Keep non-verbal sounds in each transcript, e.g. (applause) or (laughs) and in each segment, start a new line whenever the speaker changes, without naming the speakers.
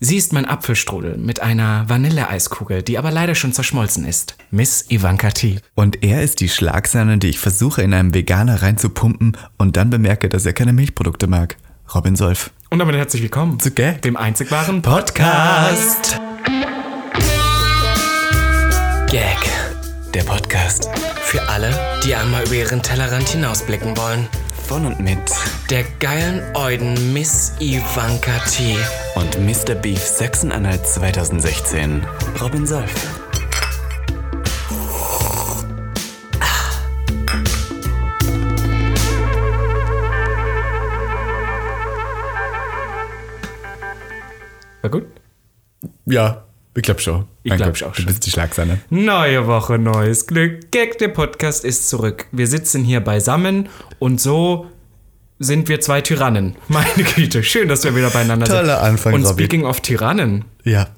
Sie ist mein Apfelstrudel mit einer Vanilleeiskugel, die aber leider schon zerschmolzen ist. Miss Ivanka T.
Und er ist die Schlagsahne, die ich versuche, in einem Veganer reinzupumpen und dann bemerke, dass er keine Milchprodukte mag. Robin Solf.
Und damit herzlich willkommen
zu Gag,
dem einzig wahren
Podcast.
Gag, der Podcast. Für alle, die einmal über ihren Tellerrand hinausblicken wollen.
Von und mit
Der geilen Euden Miss Ivanka T.
und Mr. Beef Sachsen-Anhalt 2016. Robin Solf.
War gut?
Ja, ich glaube schon. Ich
glaub schon.
Du bist die Schlagsahne.
Neue Woche, neues Glück. Gag, der Podcast ist zurück. Wir sitzen hier beisammen und so sind wir zwei Tyrannen. (laughs) Meine Güte, schön, dass wir wieder beieinander sind.
Toller Anfang,
Und
Robby.
speaking of Tyrannen,
Ja.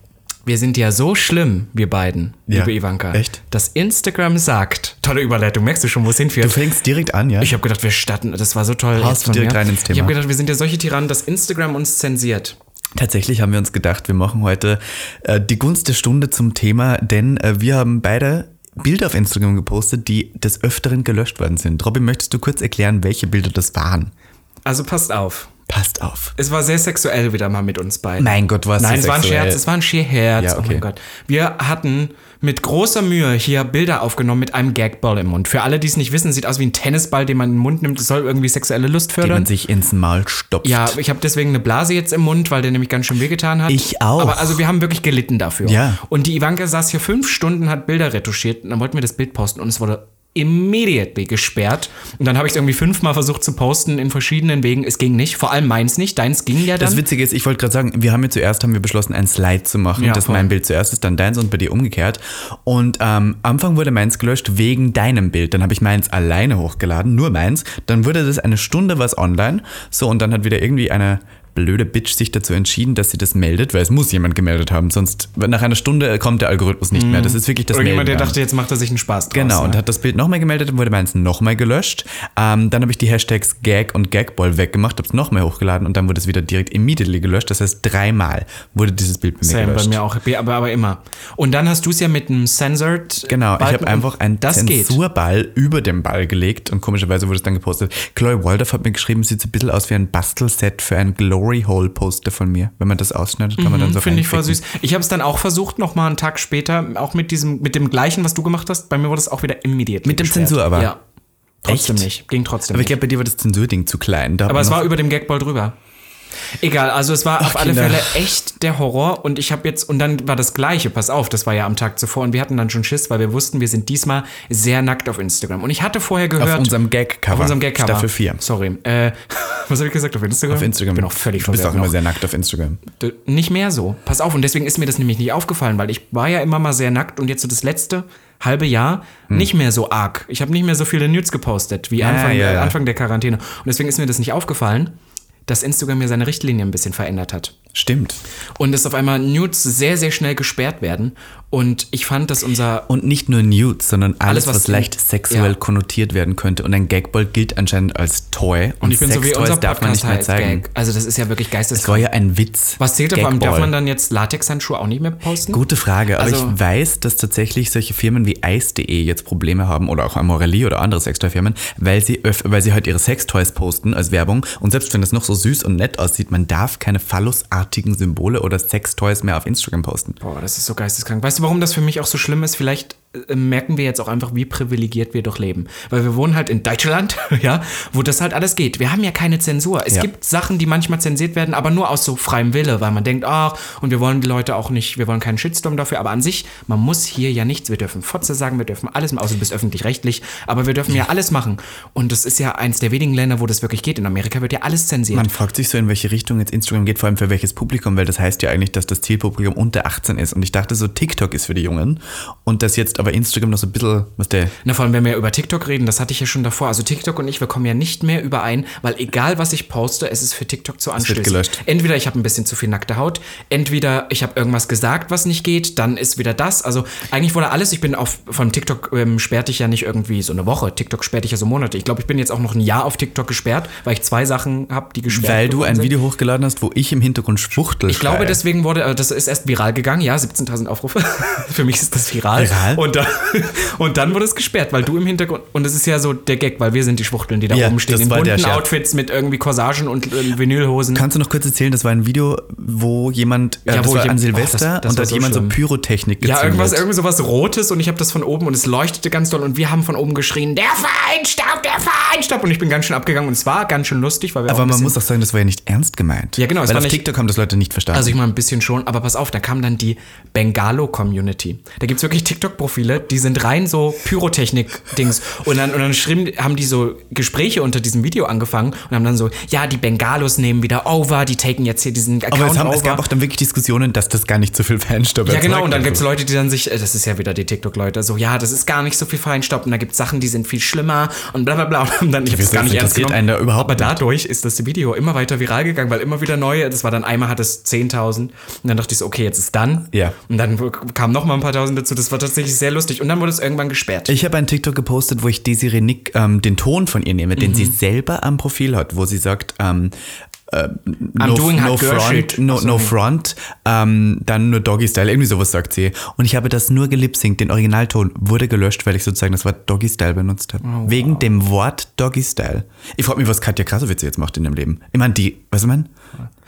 wir sind ja so schlimm, wir beiden,
Ja,
liebe Ivanka.
echt?
Dass Instagram sagt, tolle Überleitung, merkst du schon, wo es hinführt?
Du fängst direkt an, ja?
Ich habe gedacht, wir starten, das war so toll.
Haust
jetzt
du
von
direkt
mir.
rein ins Thema.
Ich habe gedacht, wir sind ja solche Tyrannen, dass Instagram uns zensiert.
Tatsächlich haben wir uns gedacht, wir machen heute äh, die Gunst der Stunde zum Thema, denn äh, wir haben beide Bilder auf Instagram gepostet, die des Öfteren gelöscht worden sind. Robin, möchtest du kurz erklären, welche Bilder das waren?
Also passt auf.
Passt auf.
Es war sehr sexuell wieder mal mit uns beiden.
Mein Gott, was
Nein, es war ein Scherz, es war ein Scherz.
Ja,
Oh
okay.
mein Gott. Wir hatten mit großer Mühe hier Bilder aufgenommen mit einem Gagball im Mund. Für alle, die es nicht wissen, sieht aus wie ein Tennisball, den man in den Mund nimmt. Das soll irgendwie sexuelle Lust
den
fördern.
man sich ins Maul stopft.
Ja, ich habe deswegen eine Blase jetzt im Mund, weil der nämlich ganz schön wehgetan hat.
Ich auch.
Aber also wir haben wirklich gelitten dafür.
Ja.
Und die Ivanka saß hier fünf Stunden, hat Bilder retuschiert und dann wollten wir das Bild posten und es wurde immediately gesperrt. Und dann habe ich es irgendwie fünfmal versucht zu posten in verschiedenen Wegen. Es ging nicht. Vor allem meins nicht. Deins ging ja dann.
Das Witzige ist, ich wollte gerade sagen, wir haben ja zuerst haben wir beschlossen, ein Slide zu machen,
Ja,
dass
voll.
mein Bild zuerst ist, dann deins und bei dir umgekehrt. Und ähm, am Anfang wurde meins gelöscht wegen deinem Bild. Dann habe ich meins alleine hochgeladen, nur meins. Dann wurde das eine Stunde was online. So, und dann hat wieder irgendwie eine blöde Bitch sich dazu entschieden, dass sie das meldet, weil es muss jemand gemeldet haben, sonst nach einer Stunde kommt der Algorithmus nicht mehr. Das ist wirklich das
Mhm. Oder jemand, der
Melden dann.
dachte, jetzt macht er sich einen Spaß draus.
Genau,
ne?
und hat das Bild nochmal gemeldet und wurde meins nochmal gelöscht. Ähm, dann habe ich die Hashtags Gag und Gagball weggemacht, habe es nochmal hochgeladen und dann wurde es wieder direkt immediately gelöscht. Das heißt, dreimal wurde dieses Bild bei mir
Same
gelöscht.
bei mir auch, aber, aber immer. Und dann hast du es ja mit einem Censored.
Genau, ich
Balken
habe einfach
und
einen
das geht.
Zensurball über den Ball gelegt und komischerweise wurde es dann gepostet. Chloe Waldorf hat mir geschrieben, sieht so ein bisschen aus wie ein Bastelset für ein Glory Hole Poster von mir. Wenn man das ausschneidet, kann man dann so
Mhm, Finde ich voll
reinficken.
süß. Ich habe es dann auch versucht, nochmal einen Tag später, auch mit diesem, mit dem gleichen, was du gemacht hast. Bei mir wurde es auch wieder immediately
Mit dem
gesperrt.
Zensur aber?
Ja. Trotzdem
Echt?
nicht. Ging trotzdem
Aber ich
nicht.
glaube, bei dir war das Zensurding zu klein. Da hat
Aber
man
es
noch-
war über dem Gagball drüber. Egal, also es war auf alle
Kinder.
Fälle echt der Horror und ich habe jetzt, und dann war das Gleiche, pass auf, das war ja am Tag zuvor und wir hatten dann schon Schiss, weil wir wussten, wir sind diesmal sehr nackt auf Instagram. Und ich hatte vorher gehört.
auf unserem Gag-Cover.
Auf unserem Gag-Cover.
Staffel 4.
Sorry. Äh, (laughs) was habe ich gesagt? Auf Instagram?
Auf Instagram.
Ich bin auch Genau, völlig
Du bist auch
verwirrt.
immer
noch.
sehr nackt auf Instagram.
D- Nicht mehr so. Pass auf, und deswegen ist mir das nämlich nicht aufgefallen, weil ich war ja immer mal sehr nackt und jetzt so das letzte halbe Jahr nicht mehr so arg. Ich habe nicht mehr so viele Nudes gepostet wie Anfang,
Hm. ja,
äh,
ja.
Anfang der Quarantäne. Und deswegen ist mir das nicht aufgefallen, dass Instagram mir seine Richtlinie ein bisschen verändert hat.
Stimmt.
Und dass auf einmal Nudes sehr, sehr schnell gesperrt werden. Und ich fand, dass unser
Und nicht nur Nudes, sondern alles,
Alles,
was,
was
leicht
in-
sexuell
ja.
konnotiert werden könnte. Und ein Gagball gilt anscheinend als Toy. Und,
und ich bin so wie
Sextoys
unser
darf man nicht
Podcast
mehr
halt
zeigen.
Gag. Also das ist ja wirklich
Das war
geisteskrank.
ja ein Witz.
Was zählt da vor allem? Darf
Gagball.
man dann jetzt Latexhandschuhe auch nicht mehr posten?
Gute Frage, aber
Also-
ich weiß, dass tatsächlich solche Firmen wie Ice.de jetzt Probleme haben oder auch Amorelie oder andere Sextoy-Firmen, weil sie, öff- weil sie halt ihre Sextoys posten als Werbung und selbst wenn das noch so süß und nett aussieht, man darf keine phallusartigen Symbole oder Sextoys mehr auf Instagram posten.
Boah, das ist so geisteskrank. Weißt du, warum das für mich auch so schlimm ist? Vielleicht äh, merken wir jetzt auch einfach, wie privilegiert wir doch leben. Weil wir wohnen halt in Deutschland, (laughs) ja, wo das halt alles geht. Wir haben ja keine Zensur. Es
Ja.
gibt Sachen, die manchmal zensiert werden, aber nur aus so freiem Wille, weil man denkt, ach, und wir wollen die Leute auch nicht, wir wollen keinen Shitstorm dafür. Aber an sich, man muss hier ja nichts. Wir dürfen Fotze sagen, wir dürfen alles machen, außer du bist öffentlich-rechtlich, aber wir dürfen ja alles machen. Und das ist ja eins der wenigen Länder, wo das wirklich geht. In Amerika wird ja alles zensiert.
Man fragt sich so, in welche Richtung jetzt Instagram geht, vor allem für welches Publikum, weil das heißt ja eigentlich, dass das Zielpublikum unter 18 ist. Und ich dachte so, TikTok ist für die Jungen und dass jetzt selbst, aber Instagram noch so ein bisschen, was der.
Na, Ne, vor allem, wenn wir über TikTok reden, das hatte ich ja schon davor. Also TikTok und ich, wir kommen ja nicht mehr überein, weil egal was ich poste, es ist für TikTok zu anstößig.
gelöscht.
Entweder ich habe ein bisschen zu viel nackte Haut, entweder ich habe irgendwas gesagt, was nicht geht, dann ist wieder das. Also eigentlich wurde alles, ich bin auf von TikTok ähm, sperrt ich ja nicht irgendwie so eine Woche. TikTok sperrt ich ja so Monate. Ich glaube, ich bin jetzt auch noch ein Jahr auf TikTok gesperrt, weil ich zwei Sachen habe, die gesperrt
Weil du
geworden
ein
sind.
Video hochgeladen hast, wo ich im Hintergrund schwuchtel.
Ich glaube, deswegen wurde, äh, das ist erst viral gegangen, ja, 17.000 Aufrufe. (laughs) Für mich ist das viral.
Viral?
Und dann, (laughs) und dann wurde es gesperrt, weil du im Hintergrund, und das ist ja so der Gag, weil wir sind die Schwuchteln, die da
Ja,
oben stehen,
das
in
war der
bunten
Scherz.
Outfits mit irgendwie Corsagen und äh, Vinylhosen.
Kannst du noch kurz erzählen, das war ein Video, wo jemand, äh,
Ja,
das
wo
war an
jemand- oh, das-
Silvester
das
und
war
da hat
so
jemand
schlimm.
so Pyrotechnik gezündet.
ja, irgendwas, irgend sowas Rotes und ich habe das von oben und es leuchtete ganz doll und wir haben von oben geschrien, der Verein staubt, der Verein staubt und ich bin ganz schön abgegangen und es war ganz schön lustig, weil wir auch
Aber
ein
man
bisschen-
muss auch sagen, das war ja nicht ernst gemeint.
Ja, genau, es
Weil
war
auf
nicht-
TikTok haben das Leute nicht verstanden.
Also ich mal ein bisschen schon, aber pass auf, da kam dann die Bengalo-Community. Da gibt's wirklich TikTok-Profile, die sind rein so Pyrotechnik-Dings. Und dann, und dann schrieben, haben die so Gespräche unter diesem Video angefangen und haben dann so, ja, die Bengalos nehmen wieder over, die taken jetzt hier diesen Account
aber es, haben,
over.
es gab auch dann wirklich Diskussionen, dass das gar nicht so viel Fanstaub
ja, genau, und dann gibt's Leute, die dann sich, äh, das ist ja wieder die TikTok-Leute, so, ja, das ist gar nicht so viel Feinstaub und da gibt's Sachen, die sind viel schlimmer und bla bla bla. Und dann, ich hab's
wissen
gar
das
nicht
nicht,
ernst
das geht
genommen.
einen da überhaupt
aber
nicht.
dadurch ist das Video immer weiter viral gegangen, weil immer wieder neue, das war dann einmal hat es 10.000 und dann dachte ich so, okay, jetzt ist dann.
Ja.
Und dann w- kamen noch mal ein paar Tausend dazu, das war tatsächlich sehr lustig und dann wurde es irgendwann gesperrt.
Ich habe einen TikTok gepostet, wo ich Desiree Nick ähm, den Ton von ihr nehme, den sie
Mhm.
selber am Profil hat, wo sie sagt, ähm, äh, no,
doing
no
hard girl
front,
shit.
no,
Ach so.
no front, ähm, dann nur Doggy Style, irgendwie sowas sagt sie. Und ich habe das nur gelipsynkt, den Originalton wurde gelöscht, weil ich sozusagen das Wort Doggy Style benutzt
Oh,
habe. Wegen dem Wort Doggy Style. Ich frage mich, was Katja Krasowitz jetzt macht in ihrem Leben. Ich meine, die, was ich meine?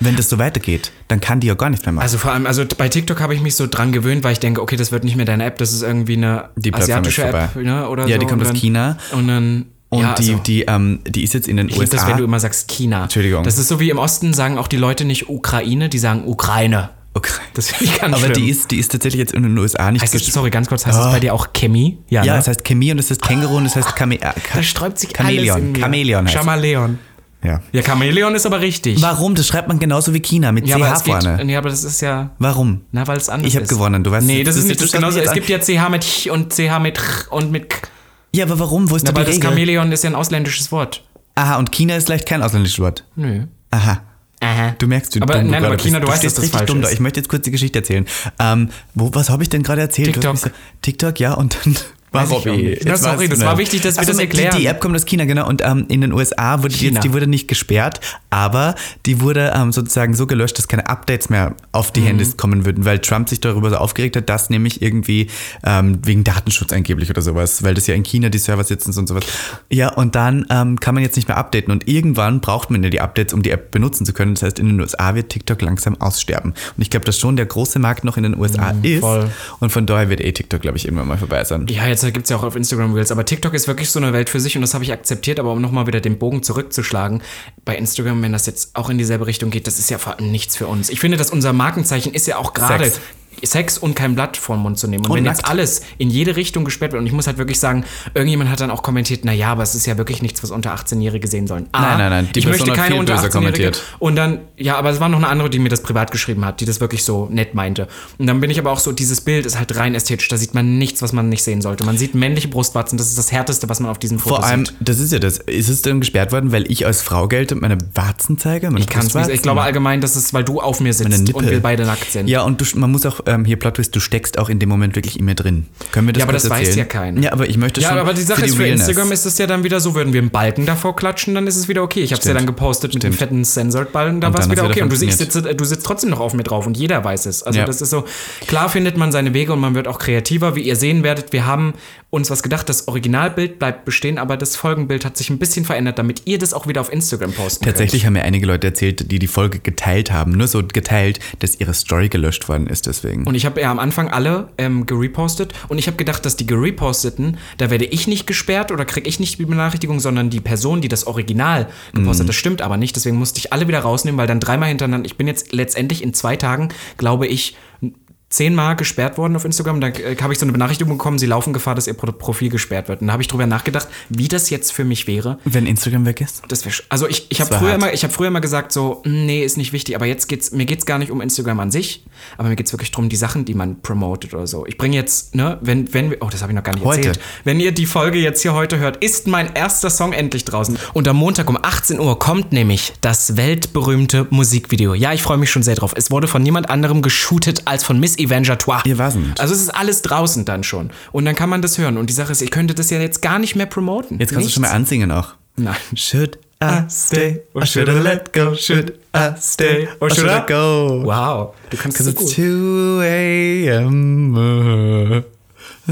Wenn das so weitergeht, dann kann die ja gar nicht mehr machen.
Also vor allem, also bei TikTok habe ich mich so dran gewöhnt, weil ich denke, okay, das wird nicht mehr deine App, das ist irgendwie eine
Die Plattform ist
asiatische App
vorbei.
ne, oder so.
Ja, die kommt
und
aus
dann-
China.
Und dann,
und
ja,
die,
also-
die, ähm, die ist jetzt in den
Ich liebe
USA.
das, wenn du immer sagst China.
Entschuldigung.
Das ist so wie im Osten sagen auch die Leute nicht Ukraine, die sagen Ukraine.
okay.
Das finde ich ganz
Aber
schlimm.
die ist, die ist tatsächlich jetzt in den USA nicht
heißt es,
gesch-
sorry, ganz kurz, heißt es
Ah.
bei dir auch Chemie?
Ja,
ne?
es heißt Chemie und es heißt Känguru und es heißt Chame äh, Ka-
da sträubt sich
Chamäleon.
alles in mir.
Chamäleon heißt
Chamaleon.
es. ja.
Ja, Chamäleon ist aber richtig.
Warum? Das schreibt man genauso wie China mit
ja, aber es
CH
geht,
vorne.
ja, aber das ist ja,
Warum?
na, weil es anders
Ich hab
ist.
gewonnen, du weißt-
Nee, das,
das-
ist nicht
das
das,
schaut
genauso.
mich
Es
jetzt
gibt ja CH mit Ch und CH mit Ch und mit K.
Ja, aber warum? Wo ist
Na,
da
aber
die
das
Regel?
Chamäleon ist ja ein ausländisches Wort.
Aha, und China ist leicht kein ausländisches Wort.
Nö.
Aha.
Aha.
Du merkst, du
Aber
dumm, du
nein, aber
gerade
China,
bist.
du weißt,
stehst
dass das
richtig
falsch
dumm da.
ist.
Ich möchte jetzt kurz die Geschichte erzählen. Ähm, wo, was habe ich denn gerade erzählt? Du hast
TikTok.
mich so- TikTok, ja, und dann war
Weiß ich auch
Robby.
nicht. Na,
Jetzt
sorry,
war's
das
schnell.
war wichtig, dass wir
Also,
das
die- Die,
erklären.
App kommt aus China, genau, und ähm, in den USA wurde die
China.
jetzt, die wurde nicht gesperrt, aber die wurde ähm, sozusagen so gelöscht, dass keine Updates mehr auf die Handys kommen würden, weil Trump sich darüber so aufgeregt hat, dass nämlich irgendwie ähm, wegen Datenschutz angeblich oder sowas, weil das ja in China die Server sitzen und sowas. Ja, und dann ähm, kann man jetzt nicht mehr updaten und irgendwann braucht man ja die Updates, um die App benutzen zu können. Das heißt, in den USA wird TikTok langsam aussterben. Und ich glaube, dass schon der große Markt noch in den USA ist.
voll.
Und von daher wird eh TikTok, glaube ich, irgendwann mal vorbei sein.
Ja, jetzt gibt's ja auch auf Instagram Reels, aber TikTok ist wirklich so eine Welt für sich und das habe ich akzeptiert, aber um nochmal wieder den Bogen zurückzuschlagen, bei Instagram, wenn das jetzt auch in dieselbe Richtung geht, das ist ja vor allem nichts für uns. Ich finde, dass unser Markenzeichen ist ja auch gerade
Sex.
Sex. und kein Blatt vor den Mund zu nehmen. Und,
Und
wenn
nackt.
jetzt alles in jede Richtung gesperrt wird, und ich muss halt wirklich sagen, irgendjemand hat dann auch kommentiert, na ja, aber es ist ja wirklich nichts, was unter 18-Jährige sehen sollen. A,
Nein, nein, nein, die
ich
Person
möchte
hat
keine
viel
unter
böser
18-Jährige.
kommentiert.
Und dann, ja, aber es war noch eine andere, die mir das privat geschrieben hat, die das wirklich so nett meinte. Und dann bin ich aber auch so, dieses Bild ist halt rein ästhetisch. Da sieht man nichts, was man nicht sehen sollte. Man sieht männliche Brustwarzen, das ist das Härteste, was man auf diesem Foto
Vor allem,
sieht.
das ist ja das. Ist es dann gesperrt worden, weil ich als Frau gelte und meine Warzen zeige? Meine
Ich kann's nicht. Ich glaube allgemein, das ist, weil du auf mir
Meine
sitzt
Nippel.
und wir beide nackt sind.
Ja, und du, man muss auch, ähm, hier Plot Twist, du steckst auch in dem Moment wirklich in mir drin. Können wir das
Ja, aber
kurz
das weiß
erzählen?
ja keiner.
Ja, aber ich möchte
Ja,
schon
aber die Sache
für
ist, für
Realness.
Instagram ist es ja dann wieder so, würden wir einen Balken davor klatschen, dann ist es wieder okay. Ich hab's ja
Stimmt.
dann gepostet mit dem
Stimmt.
fetten Censored-Balken, da
Und
war's
dann
wieder
hat's
okay.
wieder
Und du, ich
funktioniert.
sitze, äh, du sitzt trotzdem noch auf mir drauf und jeder weiß es. Also
Ja.
das ist so, klar findet man seine Wege und man wird auch kreativer. Wie ihr sehen werdet, wir haben uns was gedacht, das Originalbild bleibt bestehen, aber das Folgenbild hat sich ein bisschen verändert, damit ihr das auch wieder auf Instagram posten
Tatsächlich haben mir einige Leute erzählt, die die Folge geteilt haben, nur so geteilt, dass ihre Story gelöscht worden ist deswegen.
Und ich habe ja am Anfang alle ähm, gerepostet und ich habe gedacht, dass die gereposteten, da werde ich nicht gesperrt oder kriege ich nicht die Benachrichtigung, sondern die Person, die das Original gepostet hat. Das stimmt aber nicht, deswegen musste ich alle wieder rausnehmen, weil dann dreimal hintereinander, ich bin jetzt letztendlich in zwei Tagen, glaube ich, zehnmal gesperrt worden auf Instagram. Da äh, habe ich so eine Benachrichtigung bekommen, sie laufen Gefahr, dass ihr Pro- Profil gesperrt wird. Und da habe ich drüber nachgedacht, wie das jetzt für mich wäre.
Wenn Instagram weg ist?
Das wär, sch- also ich, ich habe
war
früher,
hart.
immer- ich hab früher immer gesagt, so, "Mm, nee, ist nicht wichtig, aber jetzt geht's, mir geht's gar nicht um Instagram an sich, aber mir geht's wirklich drum, die Sachen, die man promotet oder so. Ich bringe jetzt, ne, wenn, wenn wir, oh, das habe ich noch gar nicht
Heute.
erzählt. Wenn ihr die Folge jetzt hier heute hört, ist mein erster Song endlich draußen. Und am Montag um 18 Uhr kommt nämlich das weltberühmte Musikvideo. Ja, ich freue mich schon sehr drauf. Es wurde von niemand anderem geshootet als von Miss Evanger Toi.
Ihr wasn't.
Also es ist alles draußen dann schon. Und dann kann man das hören. Und die Sache ist, ich könnte das ja jetzt gar nicht mehr promoten.
Jetzt kannst du schon mal ansingen auch.
Nein. Ah,
Should I stay or should I let go? Should I stay or should I go?
Wow, du kannst
Cause
so gut.
it's 2 a.m.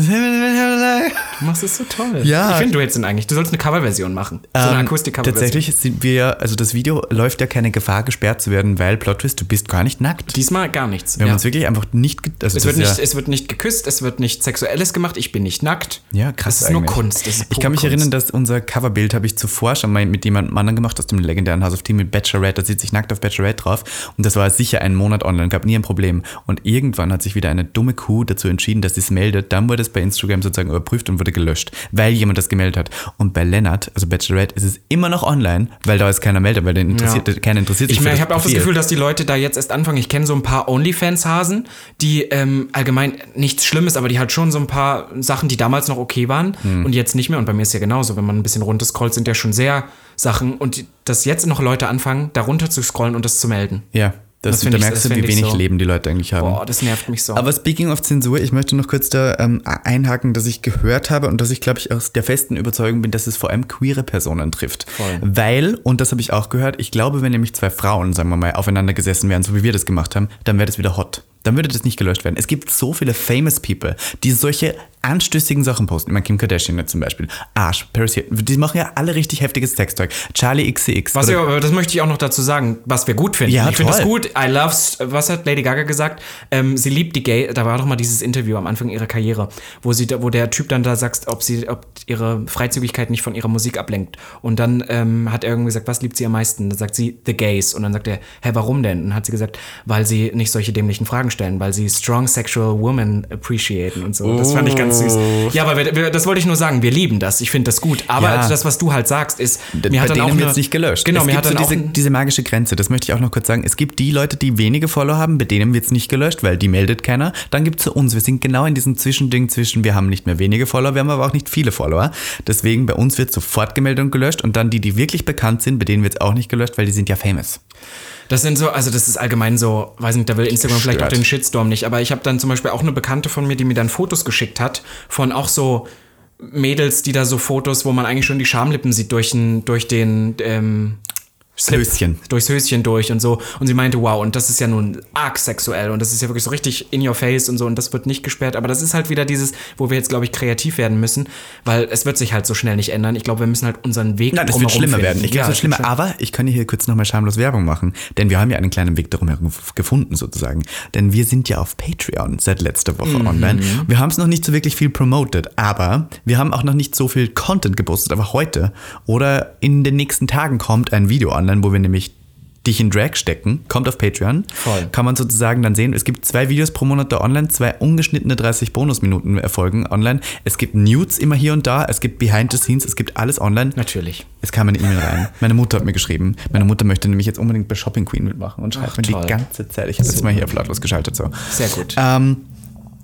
Du machst es so toll.
Ja.
Ich finde, du hättest ihn eigentlich. Du sollst eine Coverversion machen. So eine
Ähm,
Akustik-Coverversion.
Tatsächlich sind wir ja, also das Video läuft ja keine Gefahr, gesperrt zu werden, weil Plot Twist, du bist gar nicht nackt.
Diesmal gar nichts.
Wir haben
Ja.
uns wirklich einfach nicht. ge- Also
Es wird,
das
nicht,
ist ja,
es wird nicht geküsst, es wird nicht Sexuelles gemacht, ich bin nicht nackt.
ja, krass.
Es ist nur
eigentlich.
Kunst. Es ist
ich
pure
kann mich
Kunst.
erinnern, dass unser Coverbild habe ich zuvor schon mal mit jemandem anderen gemacht aus dem legendären House of Team mit Bachelorette. Da sitze ich nackt auf Bachelorette drauf. Und das war sicher einen Monat online, gab nie ein Problem. Und irgendwann hat sich wieder eine dumme Kuh dazu entschieden, dass sie es meldet. Dann wurde es bei Instagram sozusagen überprüft und wurde gelöscht, weil jemand das gemeldet hat. Und bei Lennart, also Bachelorette, ist es immer noch online, weil da ist keiner meldet, weil den interessiert,
Ja.
keiner interessiert sich
Ich,
für
mein, ich habe auch das
Profil.
Gefühl, dass die Leute da jetzt erst anfangen. Ich kenne so ein paar OnlyFans-Hasen, die ähm, allgemein nichts Schlimmes, aber die halt schon so ein paar Sachen, die damals noch okay waren und jetzt nicht mehr. Und bei mir ist ja genauso, wenn man ein bisschen runter scrollt, sind ja schon sehr Sachen. Und die, dass jetzt noch Leute anfangen, da runter zu scrollen und das zu melden.
Ja, das,
Das find
da
ich-
merkst
das
du, wie
find ich
wenig
so.
Leben die Leute eigentlich haben.
Boah, das nervt mich so.
Aber speaking of Zensur, ich möchte noch kurz da ähm, einhaken, dass ich gehört habe und dass ich, glaube ich, aus der festen Überzeugung bin, dass es vor allem queere Personen trifft. Weil, und das habe ich auch gehört, ich glaube, wenn nämlich zwei Frauen, sagen wir mal, aufeinander gesessen wären, so wie wir das gemacht haben, dann wäre das wieder hot. Dann würde das nicht gelöscht werden. Es gibt so viele famous people, die solche anstößigen Sachen posten. Ich meine, Kim Kardashian jetzt zum Beispiel, Arsch, Paris Hilton, die machen ja alle richtig heftiges Sexzeug. Charlie XCX.
Was
oder-
wir, aber das möchte ich auch noch dazu sagen, was wir gut finden.
Ja,
ich finde
toll.
das gut. I loves, was hat Lady Gaga gesagt? Ähm, sie liebt die Gay. Da war doch mal dieses Interview am Anfang ihrer Karriere, wo sie, da- wo der Typ dann da sagt, ob sie, ob ihre Freizügigkeit nicht von ihrer Musik ablenkt. Und dann ähm, hat er irgendwie gesagt, was liebt sie am meisten? Dann sagt sie The Gays. Und dann sagt er, hä, warum denn? Und hat sie gesagt, weil sie nicht solche dämlichen Fragen stellen, weil sie strong sexual women appreciaten und so. Das fand ich ganz süß. Ja, aber wir, wir, das wollte ich nur sagen. Wir lieben das. Ich finde das gut. Aber
Ja.
das, was du halt sagst, ist,
D-
mir
bei
hat dann
denen
auch eine,
wird's nicht gelöscht.
Genau,
es
mir
gibt
hat dann
so
auch
diese,
ein,
diese magische Grenze, das möchte ich auch noch kurz sagen. Es gibt die Leute, die wenige Follower haben, bei denen wird es nicht gelöscht, weil die meldet keiner. Dann gibt es zu uns, wir sind genau in diesem Zwischending zwischen, wir haben nicht mehr wenige Follower, wir haben aber auch nicht viele Follower. Deswegen, bei uns wird sofort gemeldet und gelöscht. Und dann die, die wirklich bekannt sind, bei denen wird es auch nicht gelöscht, weil die sind ja famous.
das sind so, also das ist allgemein so, weiß nicht, da will Instagram vielleicht auch
Stört.
den Shitstorm nicht, aber ich habe dann zum Beispiel auch eine Bekannte von mir, die mir dann Fotos geschickt hat von auch so Mädels, die da so Fotos, wo man eigentlich schon die Schamlippen sieht durch den, durch den ähm, Slip,
Höschen.
durchs Höschen durch und so. Und sie meinte, wow, und das ist ja nun arg sexuell und das ist ja wirklich so richtig in your face und so und das wird nicht gesperrt. Aber das ist halt wieder dieses, wo wir jetzt, glaube ich, kreativ werden müssen, weil es wird sich halt so schnell nicht ändern. Ich glaube, wir müssen halt unseren Weg
Nein, es wird
drumherum
schlimmer
finden.
werden. Ich glaube,
Ja,
es wird schlimmer. Aber ich kann hier kurz nochmal schamlos Werbung machen, denn wir haben ja einen kleinen Weg darum herum gefunden, sozusagen. Denn wir sind ja auf Patreon seit letzter
Mhm.
Woche online. Wir haben es noch nicht so wirklich viel promoted, aber wir haben auch noch nicht so viel Content gepostet. Aber heute oder in den nächsten Tagen kommt ein Video online, wo wir nämlich dich in Drag stecken, kommt auf Patreon.
Voll.
Kann man sozusagen dann sehen. Es gibt zwei Videos pro Monat da online, zwei ungeschnittene 30 Bonusminuten erfolgen online. Es gibt Nudes immer hier und da, es gibt Behind the Scenes, es gibt alles online.
Natürlich.
Es kam eine E-Mail rein. Meine Mutter hat mir geschrieben. Meine Mutter möchte nämlich jetzt unbedingt bei Shopping Queen mitmachen und schreibt
Ach,
mir
toll.
die ganze Zeit. Ich habe jetzt mal hier auf lautlos geschaltet. So.
Sehr gut.
Ähm,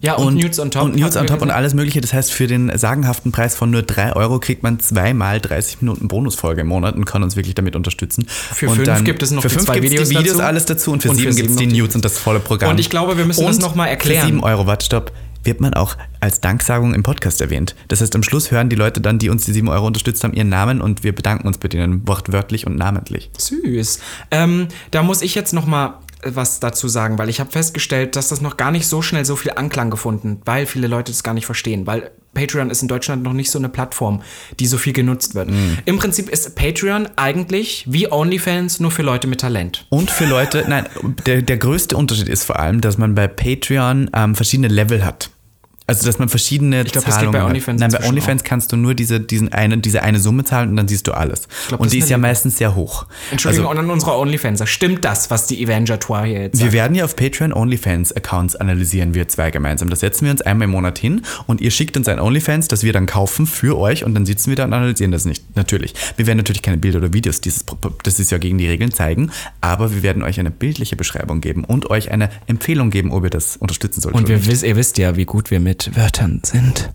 Ja, und,
und,
Nudes on top.
Und Nudes
hatten
on
wir
top und
gesagt.
alles Mögliche. Das heißt, für den sagenhaften Preis von nur 3 Euro kriegt man zweimal 30 Minuten Bonusfolge im Monat und kann uns wirklich damit unterstützen.
Für
und
fünf gibt es noch
für
die
fünf
zwei
gibt's
Videos
die Videos
dazu.
alles dazu und für
Und für
sieben gibt
sieben
es die
noch die-
Nudes und das volle Programm.
Und ich glaube, wir müssen
und
das noch mal erklären.
Für 7 Euro, warte, stopp. Wird man auch als Danksagung im Podcast erwähnt. Das heißt, am Schluss hören die Leute dann, die uns die 7 Euro unterstützt haben, ihren Namen und wir bedanken uns bei denen wortwörtlich und namentlich.
Süß. Ähm, da muss ich jetzt noch mal was dazu sagen, weil ich habe festgestellt, dass das noch gar nicht so schnell so viel Anklang gefunden, weil viele Leute das gar nicht verstehen, weil Patreon ist in Deutschland noch nicht so eine Plattform, die so viel genutzt wird. Im Prinzip ist Patreon eigentlich wie OnlyFans nur für Leute mit Talent.
Und für Leute, nein, der, der größte Unterschied ist vor allem, dass man bei Patreon ähm, verschiedene Level hat. Also, dass man verschiedene ich
glaub, das geht
Zahlungen
bei
hat.
OnlyFans
Nein, bei
inzwischen
OnlyFans kannst du nur diese, diesen eine, diese eine Summe zahlen und dann siehst du alles.
glaub, das
und die
ist
ist ja
eine
meistens sehr hoch. Also,
Entschuldigung, und an unserer OnlyFanser. Stimmt das, was die Evangeloire hier jetzt
Wir
sagt?
werden ja auf Patreon OnlyFans-Accounts analysieren, wir zwei gemeinsam. Das setzen wir uns einmal im Monat hin und ihr schickt uns ein OnlyFans, das wir dann kaufen für euch und dann sitzen wir da und analysieren das nicht. Natürlich. Wir werden natürlich keine Bilder oder Videos, dieses, Pro- das ist ja gegen die Regeln, zeigen, aber wir werden euch eine bildliche Beschreibung geben und euch eine Empfehlung geben, ob ihr das unterstützen sollt.
Und
oder
wir
nicht.
wiss, ihr wisst ja, wie gut wir mit Wörtern sind.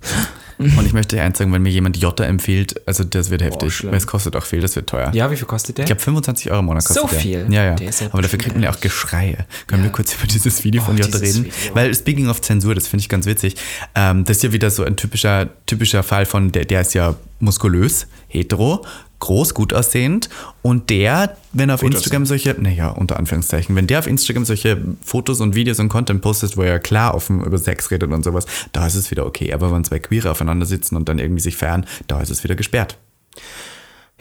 und ich möchte eins sagen, wenn mir jemand Jotta empfiehlt, also das wird heftig,
schlimm.
weil es kostet auch viel, das wird teuer.
Ja, wie viel kostet der?
Ich glaube, 25 Euro im Monat kostet
So
der.
viel?
Ja, ja.
Der ist ja
Aber dafür kriegt man ja auch Geschreie. Können wir kurz über dieses Video von
Oh,
Jota
dieses
reden?
Video.
Weil speaking of Zensur, das finde ich ganz witzig. Ähm, das ist ja wieder so ein typischer, typischer Fall von, der, der ist ja muskulös, hetero, groß, gut aussehend. Und der, wenn er auf Instagram solche, naja, unter Anführungszeichen, wenn der auf Instagram solche Fotos und Videos und Content postet, wo er klar offen über Sex redet und sowas, da ist es wieder okay. Aber wenn zwei Queere aufeinander sitzen und dann irgendwie sich fern, da ist es wieder gesperrt.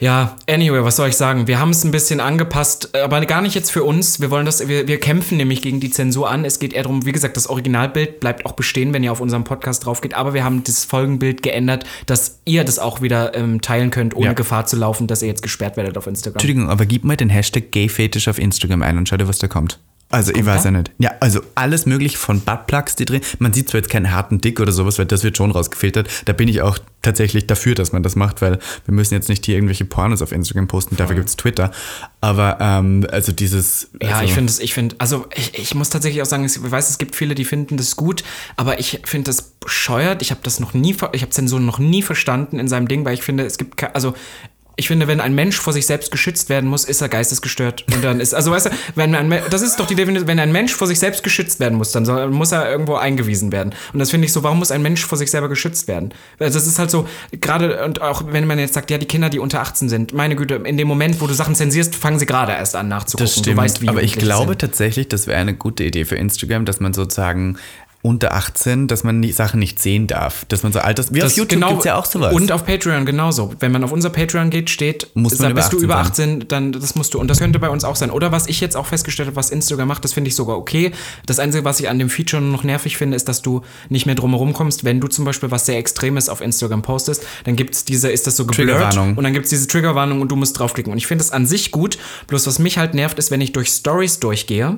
Ja, anyway, was soll ich sagen? Wir haben es ein bisschen angepasst, äh, aber gar nicht jetzt für uns. Wir wollen das, wir, wir kämpfen nämlich gegen die Zensur an. Es geht eher darum, wie gesagt, das Originalbild bleibt auch bestehen, wenn ihr auf unserem Podcast drauf geht, aber wir haben das Folgenbild geändert, dass ihr das auch wieder ähm, teilen könnt, ohne
Ja.
Gefahr zu laufen, dass ihr jetzt gesperrt werdet auf Instagram.
Entschuldigung, aber gib mal den Hashtag Gayfetisch auf Instagram ein und schau dir, was da kommt. Also, ich weiß ja nicht. Ja, also alles mögliche von Buttplugs, die drin. Man sieht zwar jetzt keinen harten Dick oder sowas, weil das wird schon rausgefiltert. Da bin ich auch tatsächlich dafür, dass man das macht, weil wir müssen jetzt nicht hier irgendwelche Pornos auf Instagram posten, dafür gibt's Twitter. Aber, ähm, also dieses.
Ja,
also,
ich finde es, ich finde, also ich, ich muss tatsächlich auch sagen, es- ich weiß, es gibt viele, die finden das gut, aber ich finde das bescheuert. Ich habe das noch nie, ver- ich habe Zensur noch nie verstanden in seinem Ding, weil ich finde, es gibt, ke- also ich finde, wenn ein Mensch vor sich selbst geschützt werden muss, ist er geistesgestört. Und dann ist, also weißt du, wenn ein, Me- das ist doch die Definition, wenn ein Mensch vor sich selbst geschützt werden muss, dann soll, muss er irgendwo eingewiesen werden. Und das finde ich so, warum muss ein Mensch vor sich selber geschützt werden? Also das ist halt so, gerade, und auch wenn man jetzt sagt, ja, die Kinder, die unter 18 sind, meine Güte, in dem Moment, wo du Sachen zensierst, fangen sie gerade erst an nachzugucken.
Das stimmt,
Du weißt, wie
aber ich
Jugendliche
glaube
sind.
tatsächlich, das wäre eine gute Idee für Instagram, dass man sozusagen unter 18, dass man die Sachen nicht sehen darf. Dass man so alters... Wie auf
Das
YouTube
genau-
gibt's ja auch sowas.
Und auf Patreon genauso. Wenn man auf unser Patreon geht, steht,
Muss man
sag,
über
bist du
18
über
sein.
18, dann das musst du. Und das könnte bei uns auch sein. Oder was ich jetzt auch festgestellt habe, was Instagram macht, das finde ich sogar okay. Das Einzige, was ich an dem Feature noch nervig finde, ist, dass du nicht mehr drumherum kommst. Wenn du zum Beispiel was sehr Extremes auf Instagram postest, dann gibt es diese, ist das so geblurrt.
Triggerwarnung.
Und dann gibt es diese Triggerwarnung und du musst draufklicken. Und ich finde das an sich gut. Bloß was mich halt nervt, ist, wenn ich durch Stories durchgehe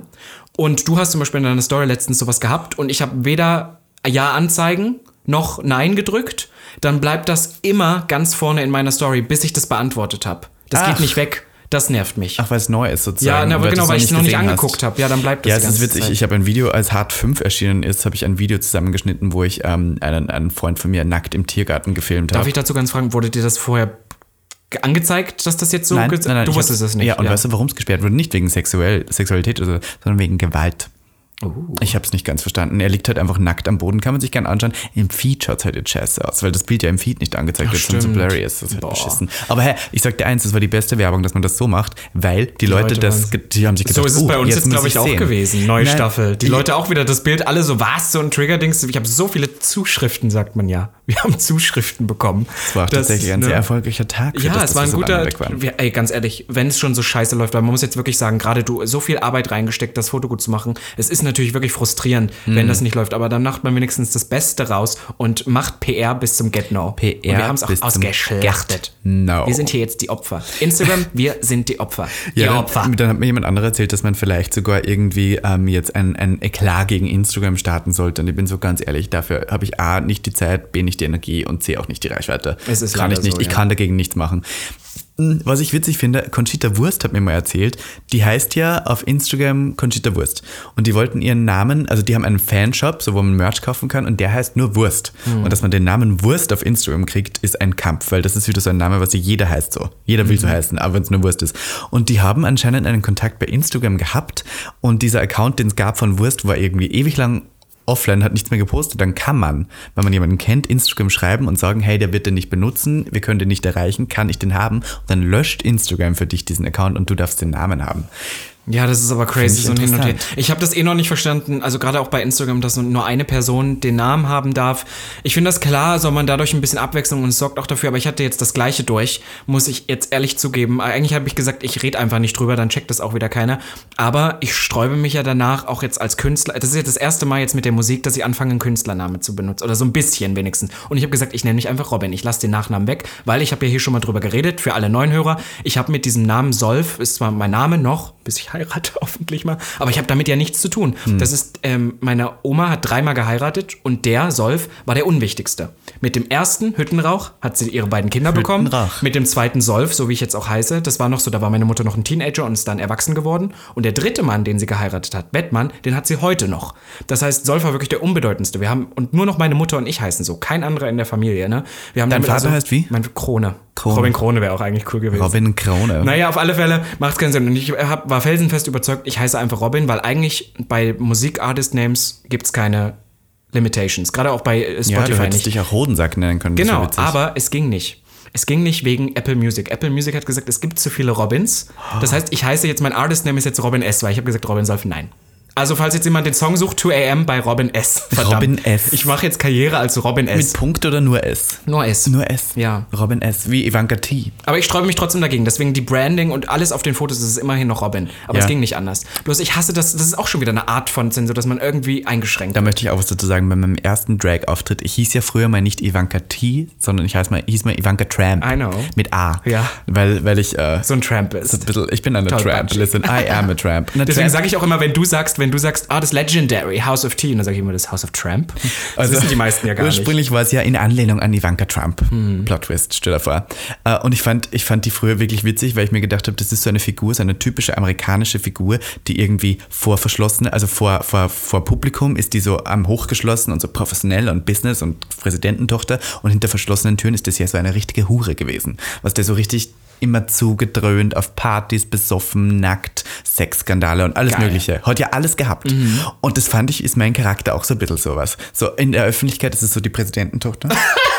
und du hast zum Beispiel in deiner Story letztens sowas gehabt und ich habe weder Ja anzeigen noch Nein gedrückt, dann bleibt das immer ganz vorne in meiner Story, bis ich das beantwortet habe. Das
Ach.
geht nicht weg. Das nervt mich.
Ach, weil es neu ist sozusagen.
ja, na,
und
aber genau,
du's
weil ich es noch nicht
gesehen
angeguckt
hast.
habe. Ja, dann bleibt das
Ja,
die
es ist
ganze
witzig.
Zeit.
Ich habe ein Video, als Hart 5 erschienen ist, habe ich ein Video zusammengeschnitten, wo ich ähm, einen, einen Freund von mir nackt im Tiergarten gefilmt
Darf
habe.
ich dazu ganz fragen, wurde dir das vorher ge- angezeigt, dass das jetzt so... ge- du
ich
wusstest
hab-
es nicht.
Ja, und weißt du, warum es gesperrt wurde? Nicht wegen sexuell, Sexualität, oder so, sondern wegen Gewalt.
Oh.
Ich habe es nicht ganz verstanden. Er liegt halt einfach nackt am Boden, kann man sich gerne anschauen. Im Feed schaut halt jetzt scheiße aus, weil das Bild ja im Feed nicht angezeigt wird, sondern so
stimmt.
blurry ist. Das ist halt beschissen. Aber hey, ich sag dir eins, das war die beste Werbung, dass man das so macht, weil die, Leute,
Leute
das,
waren's.
ge- die haben sich gedacht,
So ist es
oh,
bei uns jetzt,
jetzt, muss
glaube ich, auch
sehen.
gewesen. Neue
Nein,
Staffel. Die
ich-
Leute auch wieder das Bild, alle so, was, so ein Trigger-Dings. Ich habe so viele Zuschriften, sagt man ja. Wir haben Zuschriften bekommen.
Es war auch tatsächlich ein
ne?
sehr erfolgreicher Tag. für
Ja,
das,
es
dass
war
wir
ein
so lange
guter.
weg waren.
Ja, ey, ganz ehrlich, wenn es schon so scheiße läuft, weil man muss jetzt wirklich sagen, gerade du so viel Arbeit reingesteckt, das Foto gut zu machen. Es ist natürlich wirklich frustrierend,
Mhm.
wenn das nicht läuft, aber dann macht man wenigstens das Beste raus und macht PR bis zum Get No.
PR
und wir haben es auch
bis zum
ausgeschlachtet.
Get No.
Wir sind hier jetzt die Opfer. Instagram, wir sind die Opfer. Die
Ja,
Opfer.
dann, dann hat mir jemand anderer erzählt, dass man vielleicht sogar irgendwie ähm, jetzt ein, ein Eklat gegen Instagram starten sollte. Und ich bin so ganz ehrlich, dafür habe ich A, nicht die Zeit, B, nicht die Energie und C, auch nicht die Reichweite.
Es ist
kann ich
leider
nicht.
so,
ich
ja.
kann dagegen nichts machen. Hm, Was ich witzig finde, Conchita Wurst hat mir mal erzählt, die heißt ja auf Instagram Conchita Wurst. Und die wollten ihren Namen, also die haben einen Fanshop, so wo man Merch kaufen kann, und der heißt nur Wurst.
Hm.
Und dass man den Namen Wurst auf Instagram kriegt, ist ein Kampf, weil das ist wieder so ein Name, was jeder heißt so. Jeder will so
Hm.
heißen, aber wenn es nur Wurst ist. Und die haben anscheinend einen Kontakt bei Instagram gehabt und dieser Account, den es gab von Wurst, war irgendwie ewig lang offline, hat nichts mehr gepostet, dann kann man, wenn man jemanden kennt, Instagram schreiben und sagen, hey, der wird den nicht benutzen, wir können den nicht erreichen, kann ich den haben? Und dann löscht Instagram für dich diesen Account und du darfst den Namen haben.
Ja, das ist aber crazy,
ich
so ein Hin und Her.
interessant.
Ich habe das eh noch nicht verstanden, also gerade auch bei Instagram, dass nur eine Person den Namen haben darf. Ich finde das klar, soll man dadurch ein bisschen Abwechslung und es sorgt auch dafür, aber ich hatte jetzt das Gleiche durch, muss ich jetzt ehrlich zugeben. Äh, Eigentlich habe ich gesagt, ich rede einfach nicht drüber, dann checkt das auch wieder keiner. Aber ich sträube mich ja danach auch jetzt als Künstler. Das ist jetzt das erste Mal jetzt mit der Musik, dass ich anfange, einen Künstlername zu benutzen. Oder so ein bisschen wenigstens. Und ich habe gesagt, ich nenne mich einfach Robin. Ich lasse den Nachnamen weg, weil ich habe ja hier schon mal drüber geredet, für alle neuen Hörer. Ich habe mit diesem Namen Solf, ist zwar mein Name noch, bis ich heirate (laughs) hoffentlich mal, aber ich habe damit ja nichts zu tun. Das ist, ähm, meine Oma hat dreimal geheiratet und der Solf war der unwichtigste. Mit dem ersten Hüttenrauch hat sie ihre beiden Kinder bekommen.
Hüttenrauch.
Mit dem zweiten Solf, so wie ich jetzt auch heiße, das war noch so, da war meine Mutter noch ein Teenager und ist dann erwachsen geworden. Und der dritte Mann, den sie geheiratet hat, Bettmann, den hat sie heute noch. Das heißt, Solf war wirklich der unbedeutendste. Wir haben, und nur noch meine Mutter und ich heißen so, kein anderer in der Familie, ne? Wir haben Dein
Vater heißt wie?
Mein Krone.
Krone.
Robin Krone wäre auch eigentlich cool gewesen.
Robin Krone.
Naja, auf alle Fälle macht es keinen Sinn. Und ich hab, war felsenfest überzeugt, ich heiße einfach Robin, weil eigentlich bei Musik-Artist-Names gibt es keine Limitations. Gerade auch bei äh,
ja, du
Spotify nicht.
hättest dich auch Hodensack nennen können. das
Genau,
wär witzig.
aber es ging nicht. Es ging nicht wegen Apple Music. Apple Music hat gesagt, es gibt zu viele Robins. Das heißt, ich heiße jetzt, mein Artist-Name ist jetzt Robin S., weil ich habe gesagt, Robin Solf, nein. Also, falls jetzt jemand den Song sucht, 2am bei Robin S. (laughs) Verdammt.
Robin S.
Ich mache jetzt Karriere als Robin
Mit
S.
Punkt oder nur S?
Nur S.
Nur S.
Ja.
Robin S. Wie Ivanka T.
Aber ich sträube mich trotzdem dagegen. Deswegen die Branding und alles auf den Fotos ist es immerhin noch Robin. Aber
Ja.
es ging nicht anders. Bloß ich hasse das. Das ist auch schon wieder eine Art von Zensur, dass man irgendwie eingeschränkt
Da möchte ich auch was dazu sagen. Bei meinem ersten Drag-Auftritt, ich hieß ja früher mal nicht Ivanka T, sondern ich heiß mal, hieß mal Ivanka Tramp.
I know.
Mit A.
Ja.
Weil, weil ich äh, so
so ein Tramp
ein
ist.
bisschen, ich bin eine
Toll,
Tramp.
Patschi.
Listen, I am
(laughs)
a Tramp. Eine
Deswegen
Tramp-
sage ich auch immer, wenn du sagst, wenn du sagst, ah, das Legendary House of Tea, und dann sage ich immer das House of Tramp. Das wissen die meisten ja gar nicht.
Also
Hm.
Ursprünglich war es ja in Anlehnung an Ivanka Trump. Plot Twist, stell dir vor. Äh, Und ich fand, ich fand die früher wirklich witzig, weil ich mir gedacht habe, das ist so eine Figur, so eine typische amerikanische Figur, die irgendwie vor verschlossene, also vor, vor, vor Publikum ist die so am hochgeschlossen und so professionell und Business und Präsidententochter und hinter verschlossenen Türen ist das ja so eine richtige Hure gewesen, was der so richtig immer zugedröhnt auf Partys, besoffen, nackt, Sexskandale und alles
Geil.
Mögliche. Hat ja alles gehabt.
Mhm.
Und das fand ich, ist mein Charakter auch so ein bisschen sowas. So in der Öffentlichkeit ist es so
(laughs)
die Präsidententochter.